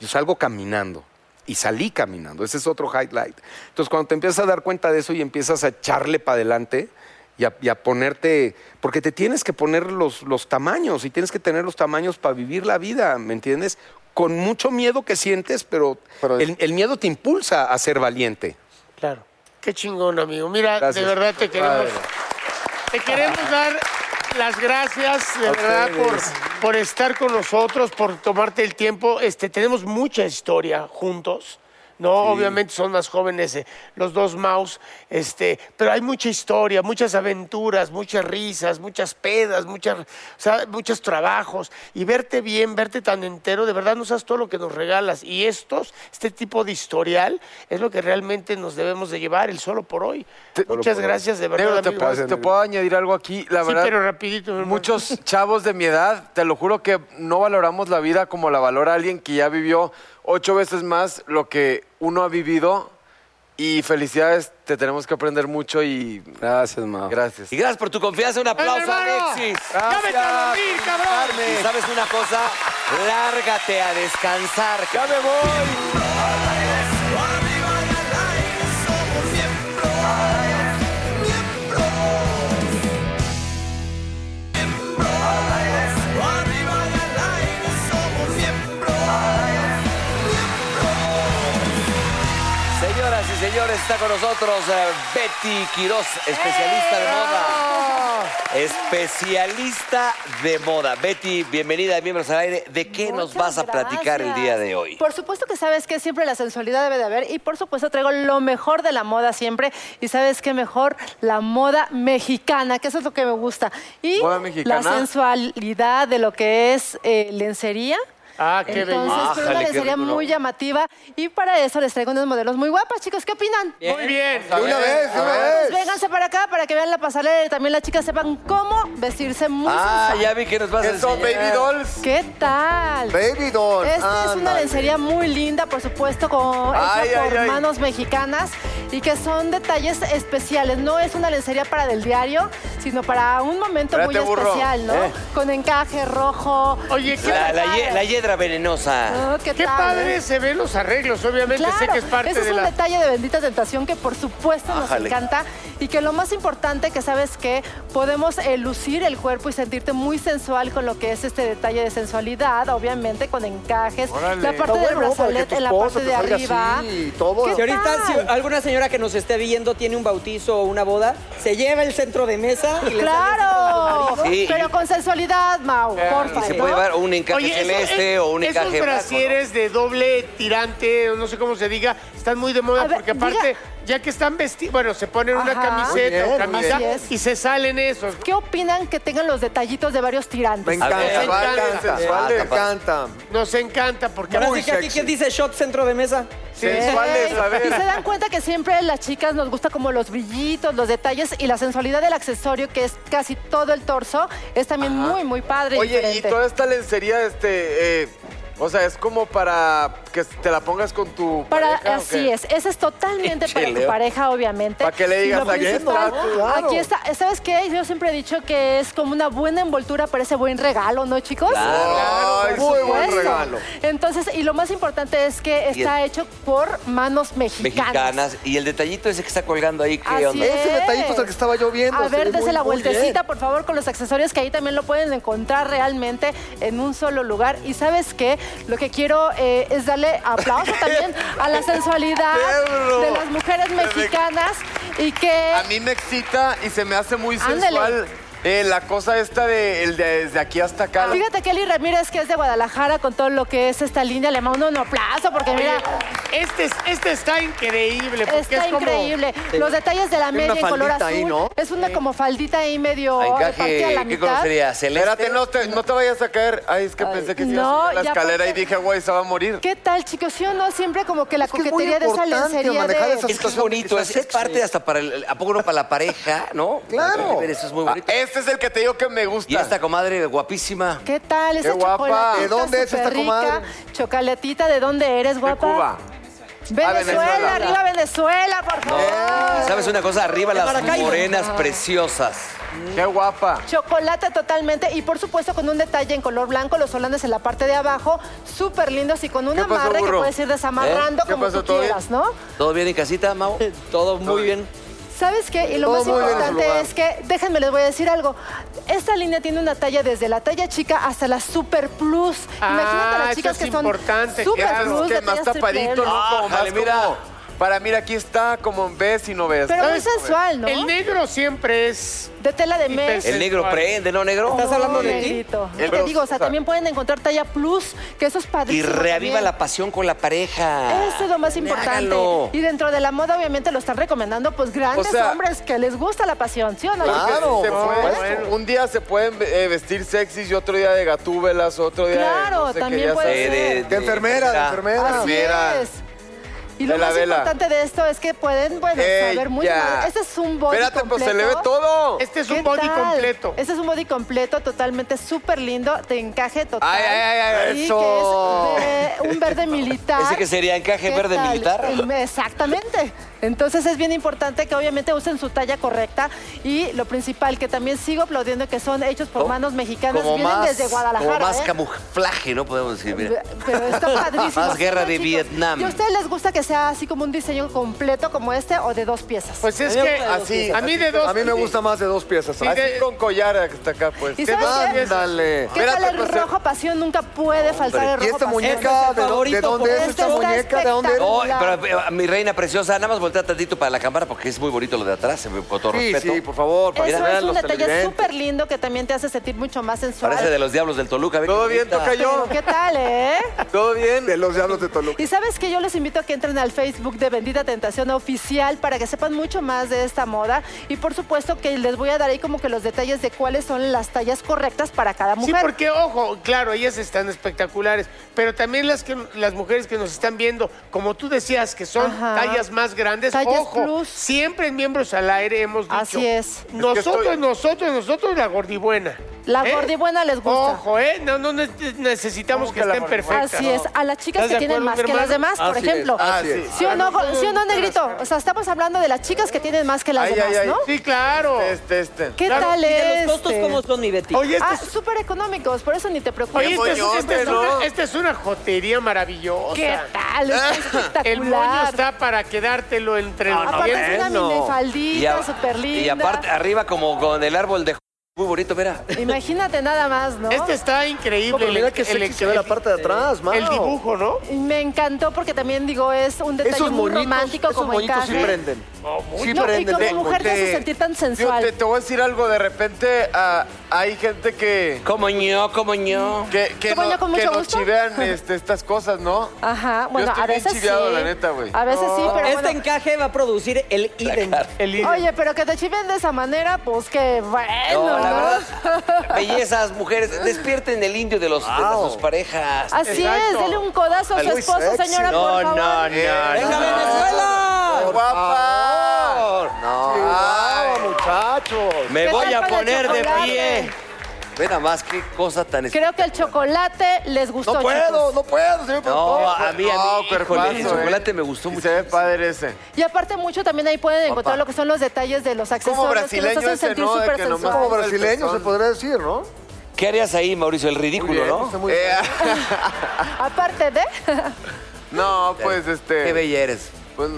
S8: Yo salgo caminando. Y salí caminando. Ese es otro highlight. Entonces, cuando te empiezas a dar cuenta de eso y empiezas a echarle para adelante y a, y a ponerte. Porque te tienes que poner los, los tamaños y tienes que tener los tamaños para vivir la vida, ¿me entiendes? Con mucho miedo que sientes, pero,
S5: Pero-
S8: el- el miedo te impulsa a ser valiente.
S2: Claro. Qué chingón, amigo. Mira,
S8: Gracias.
S2: de verdad te queremos. Te queremos dar las gracias, de
S8: A
S2: verdad, por,
S8: ustedes.
S2: por estar con nosotros, por tomarte el tiempo. Este, tenemos mucha historia juntos. ¿no? Obviamente son más jóvenes eh, los dos Maus, este, pero hay mucha historia, muchas aventuras, muchas risas, muchas pedas, muchas, o sea, muchos trabajos. Y verte bien, verte tan entero, de verdad no sabes todo lo que nos regalas. Y estos, este tipo de historial, es lo que realmente nos debemos de llevar, el solo por hoy. muchas gracias, de verdad.
S6: Negro, te,
S2: amigo.
S6: puedo, te puedo añadir algo aquí. La
S2: Sí,
S6: verdad,
S2: pero rapidito, mi hermano.
S6: muchos chavos de mi edad, te lo juro que no valoramos la vida como la valora alguien que ya vivió ocho veces más lo que uno ha vivido. Y felicidades, te tenemos que aprender mucho y
S8: Gracias, Mao.
S6: gracias.
S4: Y gracias por tu confianza. Un aplauso,
S2: hermano!
S4: Alexis.
S2: ¡Ya vete a dormir, cabrón!
S4: Y sabes una cosa, lárgate a descansar. Ya me voy.
S1: Arriba y al aire somos miembros, miembros, miembros. Arriba y al aire somos miembros, miembros.
S4: Señoras y señores, está con nosotros eh, Betty Quiroz, especialista de moda. Especialista de moda. Betty, bienvenida a Miembros al Aire. ¿De qué nos vas
S9: Muchas Pues,
S4: a platicar el día de hoy?
S9: Por supuesto que sabes que siempre la sensualidad debe de haber y por supuesto traigo lo mejor de la moda siempre y sabes que mejor la moda mexicana, que eso es lo que me gusta. Y
S6: ¿Moda mexicana?
S9: la sensualidad de lo que es eh, lencería.
S2: Ah, qué
S9: Entonces, pues, pero
S2: belleza.
S9: una
S4: Ájale, qué
S9: lencería
S4: rico, ¿no?
S9: muy llamativa y para eso les traigo unos modelos muy guapas, chicos, ¿qué opinan?
S2: Muy bien.
S5: De una vez, de una
S9: Pues
S5: vez.
S9: vénganse para acá para que vean la pasarela y también las chicas sepan cómo vestirse muy
S4: Ah,
S9: sensual.
S4: ya vi que nos vas a
S6: Eso,
S4: enseñar.
S6: baby dolls.
S9: ¿Qué tal?
S5: Baby doll.
S9: Esta es una
S5: ándale.
S9: lencería muy linda, por supuesto, con, hecha
S6: Ay, ay,
S9: por
S6: ay.
S9: manos mexicanas y que son detalles especiales. No es una lencería para del diario, sino para un momento
S6: Espérate,
S9: muy
S6: burro.
S9: especial,
S4: Eh,
S9: ¿no? Con encaje rojo.
S2: Oye, qué,
S4: La, la ye- la hiedra venenosa.
S9: ¿no? ¿Qué
S2: qué
S9: tal,
S2: padre
S9: eh?
S2: se ven los arreglos. Obviamente sé
S9: Claro,
S2: que es parte
S9: ese es
S2: de
S9: un
S2: la...
S9: detalle de Bendita Tentación que por supuesto
S4: Ájale.
S9: nos encanta y que lo más importante que sabes que podemos eh, lucir el cuerpo y sentirte muy sensual con lo que es este detalle de sensualidad, obviamente con encajes,
S6: Órale.
S9: la parte
S5: Está
S9: del
S5: bueno, para que
S9: brazalete
S5: tu
S9: en la
S5: esposa
S9: parte
S5: te
S9: de
S5: salga
S9: arriba.
S5: así y todo.
S9: ¿Qué
S3: Si ahorita
S9: tal?
S3: si alguna señora que nos esté viendo tiene un bautizo o una boda, se lleva el centro de mesa y le sale
S9: Claro,
S4: Sí.
S9: pero con sensualidad, Mau, porfa.
S4: Y se
S9: ¿no?
S4: puede llevar un encaje
S2: Oye, eso-
S4: celeste
S2: es-
S4: o un encaje
S2: Esos
S4: blanco, ¿no?
S2: brasieres de doble tirante, o no sé cómo se diga, están muy de moda
S9: A ver,
S2: porque aparte,
S9: diga-
S2: ya que están vestidos, bueno, se ponen una
S9: Ajá.
S2: camiseta
S5: Muy
S2: o
S5: bien,
S2: camisa
S9: así es.
S2: y se salen esos.
S9: ¿Qué opinan que tengan los detallitos de varios tirantes?
S5: Me encanta,
S4: A ver,
S5: me
S2: sensuales,
S5: encanta.
S4: sensuales.
S5: Me encanta.
S2: Nos encanta porque
S3: Ahora
S2: muy
S3: sí que aquí
S2: sexy.
S3: quien dice shot centro de mesa.
S6: Sensuales, a
S9: Y se
S6: ver.
S9: dan cuenta que siempre las chicas nos gusta como los brillitos, los detalles y la sensualidad del accesorio, que es casi todo el torso, es también muy, muy padre. y
S6: Oye, y
S9: diferente.
S6: toda esta lencería, este, eh, o sea, es como para que te la pongas con tu
S9: Para,
S6: pareja, ¿o qué?
S9: así es, ese es totalmente para tu
S4: Leo.
S9: pareja, obviamente.
S6: Pa' que le
S9: Y
S6: digas,
S9: lo
S6: "Aquí está,
S9: principal,
S5: claro".
S9: Aquí está, ¿sabes qué? Yo siempre he dicho que es como una buena envoltura para ese buen regalo, ¿no, chicos?
S6: Ay, muy buen
S9: Supuesto.
S6: regalo.
S9: Entonces, y lo más importante es que
S4: Y
S9: está hecho por manos
S4: Mexicanas. Y el detallito ese que está colgando ahí, ¿qué
S9: Así
S4: onda?
S9: es.
S5: Ese detallito es el que estaba yo viendo.
S9: Eh, A
S5: se ve
S9: ver,
S5: muy-
S9: desde la
S5: muy bien.
S9: vueltecita, por favor, con los accesorios que ahí también lo pueden encontrar realmente en un solo lugar. Y sabes qué, lo que quiero eh, es darle aplauso también a la sensualidad
S6: Pedro.
S9: de las mujeres mexicanas y que
S6: A mí me excita y se me hace muy
S9: Eh, Ándale.
S6: sensual eh, la cosa esta de, el de- desde aquí hasta acá.
S9: Ah, Fíjate que Eli Ramírez, que es de Guadalajara, con todo lo que es esta línea, le mando un aplauso porque mira,
S2: Este, es- este está increíble porque
S9: está
S2: es como...
S9: increíble. Los detalles de la
S5: Tiene
S9: media
S5: una
S9: en color
S5: faldita
S9: azul.
S5: ahí, ¿no?
S9: Es una como faldita ahí medio eh,
S4: Ah,
S9: partida a la
S4: Encaje, ¿qué
S9: mitad.
S4: conocería? ¿Celeste?
S6: Espérate, no te, no te vayas a caer. Ay, es que pensé que sí
S9: no,
S6: iba a subir la
S9: ya
S6: escalera y
S9: aparte-
S6: dije, güey, se va a morir.
S9: ¿Qué tal, chicos? ¿Sí o no? Siempre como que la
S5: Es que es muy
S9: coquetería de esa
S5: importante
S9: lencería
S5: manejar
S9: de...
S5: esas
S4: Es que es
S5: situación que
S4: bonito,
S5: sea
S4: es, es
S5: sexy.
S4: parte hasta para el, ¿a poco no para la pareja, no?
S5: Claro.
S4: Eso es muy
S6: Ah,
S4: bonito.
S6: este es el que te digo que me gusta.
S4: Y esta comadre guapísima.
S9: ¿Qué tal esa
S6: Qué guapa.
S9: chocolatita
S5: ¿De dónde es esta
S9: superrica?
S5: comadre?
S9: Chocolatita, ¿de dónde eres,
S6: de
S9: guapa?
S8: Ah,
S6: Cuba.
S9: Venezuela,
S6: Venezuela.
S9: arriba Venezuela, por favor.
S4: ¿Y ¿Sabes una cosa? Arriba las
S3: Maracaibo.
S4: morenas
S9: Ah.
S4: preciosas.
S6: Qué guapa.
S9: Chocolate totalmente y por supuesto con un detalle en color blanco, los holandes en la parte de abajo, súper lindos y con un
S6: ¿Qué pasó,
S9: amarre que
S6: burro?
S9: puedes ir desamarrando
S6: ¿Eh? ¿Qué
S9: como
S6: pasó,
S9: tú
S6: todo bien?
S9: quieras, ¿no?
S4: ¿Todo bien en casita, Mau?
S9: Eh,
S3: Todo muy bien.
S9: ¿Sabes qué? Y lo
S5: Todo
S9: más
S5: muy bien en su
S9: importante
S5: lugar.
S9: es que, déjenme, les voy a decir algo. Esta línea tiene una talla desde la talla chica hasta la super plus.
S2: Ah,
S9: Imagínate
S2: eso
S9: las chicas
S2: es
S9: que son
S2: importante,
S9: super
S2: claro.
S9: plus,
S6: Que
S9: de
S6: más
S9: tallas triple
S6: tapadito,
S9: L.
S6: ¿no? Como
S4: Ájale,
S6: más
S4: mira.
S6: como- Ah, Para mira, aquí está como ves y no ves.
S9: Pero muy
S6: ¿Ves?
S9: sensual, ¿no?
S2: El negro siempre es.
S9: De tela de mes.
S4: El negro prende, ¿no, negro?
S9: ¿Estás hablando de ti?
S4: El
S9: te
S4: bro-
S9: digo, o sea, también pueden encontrar talla plus, que eso es
S4: Y
S9: padrísimo.
S4: reaviva
S9: también.
S4: la pasión con la pareja.
S9: Eso es lo más importante.
S4: Hágalo.
S9: Y dentro de la moda, obviamente, lo están recomendando pues grandes
S6: O sea-
S9: hombres que les gusta la pasión, ¿sí o no?
S6: Claro, se
S9: Por
S6: pueden-
S9: supuesto.
S6: un día se pueden eh, vestir sexys y otro día de gatúbelas, otro día de no
S9: Claro,
S6: sé qué,
S9: también
S6: ya
S9: puede
S6: sabes.
S9: ser.
S4: Eh, De enfermera, de
S9: Así
S6: Enfermera.
S9: es. Y lo
S6: Vela,
S9: más
S6: vela.
S9: importante de esto es que pueden, bueno, saber mucho
S6: Ella.
S9: más. Este es un body
S6: Espérate, pues,
S9: completo.
S6: se le ve todo.
S2: Este es
S9: ¿Qué
S2: un body
S9: tal?
S2: completo.
S9: Este es un body completo, totalmente súper lindo, de encaje total.
S6: Ay, ay, ay, ay,
S9: y
S6: eso.
S9: que es de un verde militar.
S4: ¿Ese que sería encaje
S9: ¿Qué
S4: verde
S9: tal?
S4: militar?
S9: El- Exactamente. Entonces es bien importante que obviamente usen su talla correcta y lo principal que también sigo aplaudiendo que son hechos por manos mexicanas,
S4: Oh, Como
S9: vienen
S4: más,
S9: desde Guadalajara.
S4: como más
S9: ¿eh?
S4: camuflaje, ¿no? Podemos decir, mira.
S9: Pero está padrísimo.
S4: Más guerra de
S9: Chicos,
S4: Vietnam.
S9: ¿Y a ustedes les gusta que sea así como un diseño completo como este o de dos piezas?
S2: Pues es que
S5: Así.
S2: a mí de
S5: así.
S2: dos.
S5: A mí me gusta más de dos piezas.
S2: Sí,
S5: Así
S2: de-
S5: con collar hasta acá, pues.
S9: ¿Y sabes qué?
S5: Ándale.
S9: ¿Qué tal el rojo pasión? Nunca puede faltar Este el rojo
S5: ¿Y esta
S9: pasión.
S5: muñeca de, dó- de dónde es?
S9: Este
S5: ¿Esta
S9: está
S5: muñeca de dónde es?
S4: No,
S9: espectacular.
S4: pero eh, mi reina preciosa, nada más voltea tantito para la cámara porque es muy bonito lo de atrás, eh, con todo
S5: Sí,
S4: respeto.
S5: sí, por favor. para que
S9: Eso
S5: vean
S9: es un
S5: los
S9: detalle
S5: televidentes.
S9: súper lindo que también te hace sentir mucho más sensual.
S4: Parece de los diablos del Toluca. ve
S6: Todo
S4: qué
S6: bien,
S4: bonita.
S6: toca yo.
S9: Pero ¿Qué tal, eh?
S6: Todo bien.
S5: De los diablos de Toluca.
S9: Y sabes que yo los invito a que entren al Facebook de Bendita Tentación Oficial para que sepan mucho más de esta moda. Y por supuesto que les voy a dar ahí como que los detalles de cuáles son las tallas correctas para cada
S2: Sí,
S9: mujer.
S2: porque ojo, claro, ellas están espectaculares, pero también las que las mujeres que nos están viendo, como tú decías, que son
S9: Ajá.
S2: tallas más grandes,
S9: Tallas
S2: ojo,
S9: plus.
S2: siempre en miembros al aire hemos dicho.
S9: Así es.
S2: Nosotros,
S6: estoy-
S2: nosotros, nosotros la gordibuena.
S9: La
S2: ¿eh?
S9: gordibuena les gusta.
S2: Ojo, eh, no, no ne- necesitamos que, estén perfectas. Ah,
S9: Así es, a las chicas que
S2: ¿Estás de
S9: tienen
S2: acuerdo,
S9: más
S2: mi
S9: que las
S2: hermano?
S9: demás, por
S5: Así
S9: ejemplo.
S5: es,
S4: Ah,
S5: así es.
S9: ¿Sí o no, go- sí o no, negrito? O sea, estamos hablando de las chicas que tienen más que las
S6: Ay,
S9: demás,
S6: ay, ay.
S9: ¿no?
S2: Sí, claro.
S6: Este, este.
S9: ¿Qué tal
S10: ¿Y de
S9: es?
S10: los costos
S3: Este.
S10: cómo son, mi Betty?
S2: Oye, este
S9: Ah,
S2: es,
S9: súper económicos, por eso ni te preocupes.
S2: oye, este es-
S6: coñote,
S2: este es
S6: ¿no?
S2: una, esta es una jotería maravillosa.
S9: ¿Qué tal? Está espectacular. Ah, ¿eh?
S2: El moño está para quedártelo entre los
S9: Aparte
S2: dientes.
S9: es una
S6: bueno.
S4: Y a-
S9: minifaldita súper linda.
S4: Y aparte, arriba como con el árbol de... Muy bonito, mira.
S9: Imagínate nada más, ¿no?
S2: Este está increíble.
S5: No, pero
S2: el-
S5: mira que
S2: el-
S5: sexy
S2: el-
S5: se ve la parte de atrás, mano.
S2: El dibujo, ¿no?
S9: Y me encantó porque también, digo, es un detalle
S5: Esos
S9: muy
S5: moñitos,
S9: romántico
S5: esos
S9: como
S5: moñitos sí
S9: encaje.
S5: prenden. Sí
S9: No, y
S5: prenden.
S9: como
S5: Te-
S9: mujer te hace sentir tan sensual.
S6: Yo te, te voy a decir algo, de repente ah, hay gente que...
S4: Como ño, como ño.
S6: Que, que,
S9: ¿Cómo
S6: no-
S9: yo con
S6: que
S9: mucho
S6: nos
S9: gusto?
S6: chivean este, estas cosas, ¿no?
S9: Ajá,
S6: Yo
S9: bueno,
S6: estoy
S9: a
S6: bien
S9: veces
S6: chiveado,
S9: sí.
S6: la neta, güey.
S9: A veces sí, pero
S10: este
S9: bueno.
S10: encaje va a producir el idem.
S9: Oye, pero que te chiven de esa manera, pues que
S4: No,
S9: bueno,
S4: la
S9: ¿no?
S4: verdad, bellezas, mujeres, despierten el indio de, los, de las- sus parejas.
S9: Así es, dele un codazo a su
S4: Muy
S9: esposo,
S4: sexy.
S9: señora,
S4: no,
S9: por favor.
S4: No, no,
S6: Eh,
S10: ¡Venga,
S4: no.
S10: Venezuela!
S5: ¡Guapa!
S4: No.
S5: ¡Guau, muchachos!
S4: Me
S9: ¿Qué
S4: voy
S9: tal
S4: a
S9: con el
S4: poner de
S9: chocolate?
S4: pie. Ve nada más qué cosa tan...
S9: Creo que el chocolate les gustó,
S5: No puedo,
S9: chicos.
S5: no puedo,
S4: No,
S5: señor productor.
S4: a mí, a
S6: No,
S4: mí, híjole, el
S6: cuerpazo,
S4: chocolate
S6: eh.
S4: me gustó
S6: Y
S4: mucho.
S6: se ve padre ese.
S9: Y aparte mucho también ahí pueden encontrar lo que son los detalles de los accesorios que
S6: brasileño
S9: los hacen
S6: ese,
S9: sentir
S6: ¿no? De
S9: súper
S6: que nomás-
S9: sensual.
S5: Como
S6: Ay,
S5: brasileño se
S6: pezón.
S5: podría decir, ¿no?
S4: ¿Qué harías ahí, Mauricio? El ridículo,
S5: Bien,
S4: ¿no?
S5: está muy
S6: Eh,
S9: Aparte de...
S6: no, pues este...
S4: Eh, Qué bella eres.
S6: pues,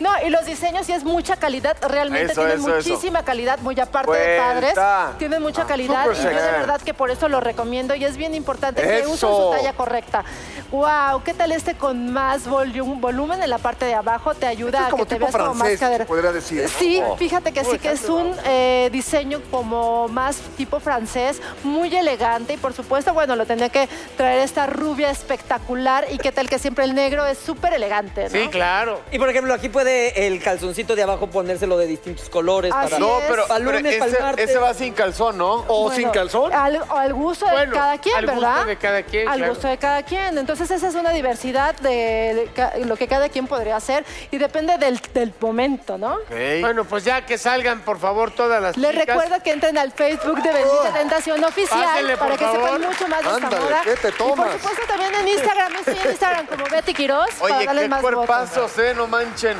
S9: No, y los diseños sí es mucha calidad, realmente
S6: Eso,
S9: tienen
S6: eso, eso.
S9: muchísima calidad, muy aparte de
S6: Vuelta.
S9: padres, tienen mucha calidad
S5: súper
S9: y yo de
S5: sexy.
S9: verdad que por eso lo recomiendo y es bien importante que usen
S5: Eso.
S9: su talla correcta. Wow, ¿qué tal este con más volu- volumen en la parte de abajo? Te ayuda
S5: Este es
S9: a
S5: como
S9: que te
S5: tipo
S9: veas como más
S5: francés,
S9: cadera.
S5: podría decir, ¿no?
S4: Oh.
S9: Sí, fíjate que sí que es un eh, diseño como más tipo francés, muy elegante y por supuesto, bueno, lo tenía que traer esta rubia espectacular y qué tal que siempre el negro es súper elegante, ¿no?
S2: Sí, claro.
S10: Y por ejemplo, aquí puede el calzoncito de abajo ponérselo de distintos colores.
S9: Así
S10: para...
S6: no,
S9: es.
S6: pero,
S10: Para
S6: pero
S10: lunes, para el
S6: ese,
S10: martes.
S6: ese va sin calzón, ¿no?
S5: ¿O
S9: Bueno,
S5: sin calzón?
S9: Al, o al gusto de
S2: Bueno,
S9: cada quien,
S2: al gusto
S9: ¿verdad?
S2: de cada quien,
S9: Al
S2: claro.
S9: gusto de cada quien. Entonces, esa es una diversidad de, de ca- lo que cada quien podría hacer y depende del, del momento, ¿no?
S2: Bueno, pues ya que salgan, por favor, todas las
S9: Les
S2: chicas.
S9: recuerdo que entren al Facebook de Bendita Tentación Oficial
S2: Pásenle, por
S9: para que
S2: favor.
S9: sepan mucho más de esta
S5: Ándale,
S9: moda.
S5: ¿qué te tomas?
S9: Y por supuesto también en Instagram, estoy en Instagram como Betty Quiroz para
S6: Oye,
S9: darles
S6: qué
S9: más votos.
S6: cuerpazos, ¿eh? No manchen.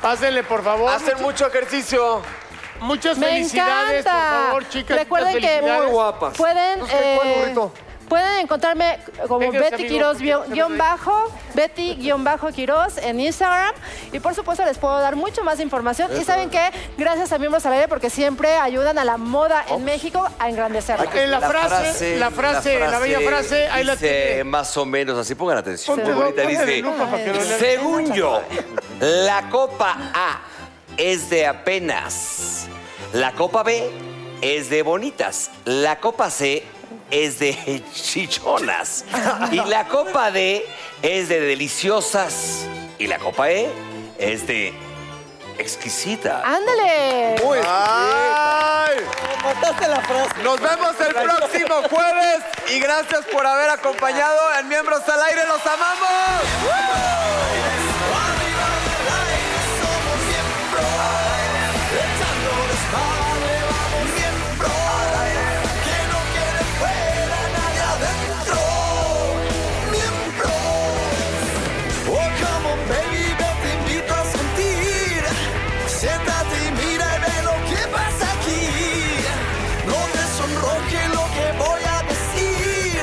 S2: Pásenle, por favor.
S6: Hacen mucho ejercicio.
S2: Muchas
S9: Me
S2: felicidades,
S9: encanta.
S2: por favor, chicas.
S9: Recuerden
S2: muchas
S9: que
S2: felicidades.
S5: Muy guapas.
S9: pueden
S5: Entonces, ¿qué, cuál
S9: eh,
S5: burrito?
S9: Pueden encontrarme como
S2: Vénganse,
S9: Betty
S2: amigo,
S9: Quiroz
S2: porque
S9: guión-
S2: se me
S9: guión
S2: ve.
S9: bajo, Betty guión bajo Quiroz en Instagram. Y por supuesto les puedo dar mucho más información. Y
S2: Eso.
S9: saben que gracias a Miembros al Aire porque siempre ayudan a la moda
S5: Oh.
S9: en México a engrandecerla.
S2: Eh, la frase, la frase, la bella frase, ahí la
S4: dice
S2: tiene.
S4: Más o menos, así pongan atención.
S2: Ponte
S4: Muy bonita
S2: dos, ponle
S4: dice.
S2: lupa para que no le-
S4: Según yo, la copa A es de apenas. La copa B es de bonitas. La copa C es de chichonas. Y la copa D es de deliciosas. Y la copa E es de exquisita.
S9: ¡Ándale!
S4: Muy
S6: ¡Ay!
S10: Mataste la frase.
S6: Nos vemos el próximo jueves y gracias por haber acompañado en Miembros al Aire. ¡Los amamos!
S1: Echando desmadre, vamos miembro Que no quede fuera nadie adentro Miembro Oh, come on, baby, yo te invito a sentir Siéntate y mira y ve lo que pasa aquí No te sonroje lo que voy a decir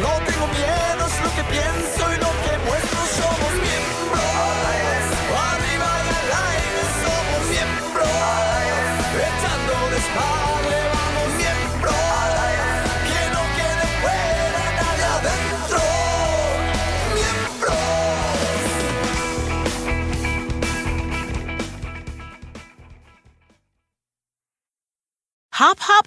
S1: No tengo miedo, es lo que pienso y lo que muestro Somos miembros Arriba y al aire somos miembros Echando desmadre vamos miembros Que no quede fuera nadie adentro Miembros
S11: Hop, hop,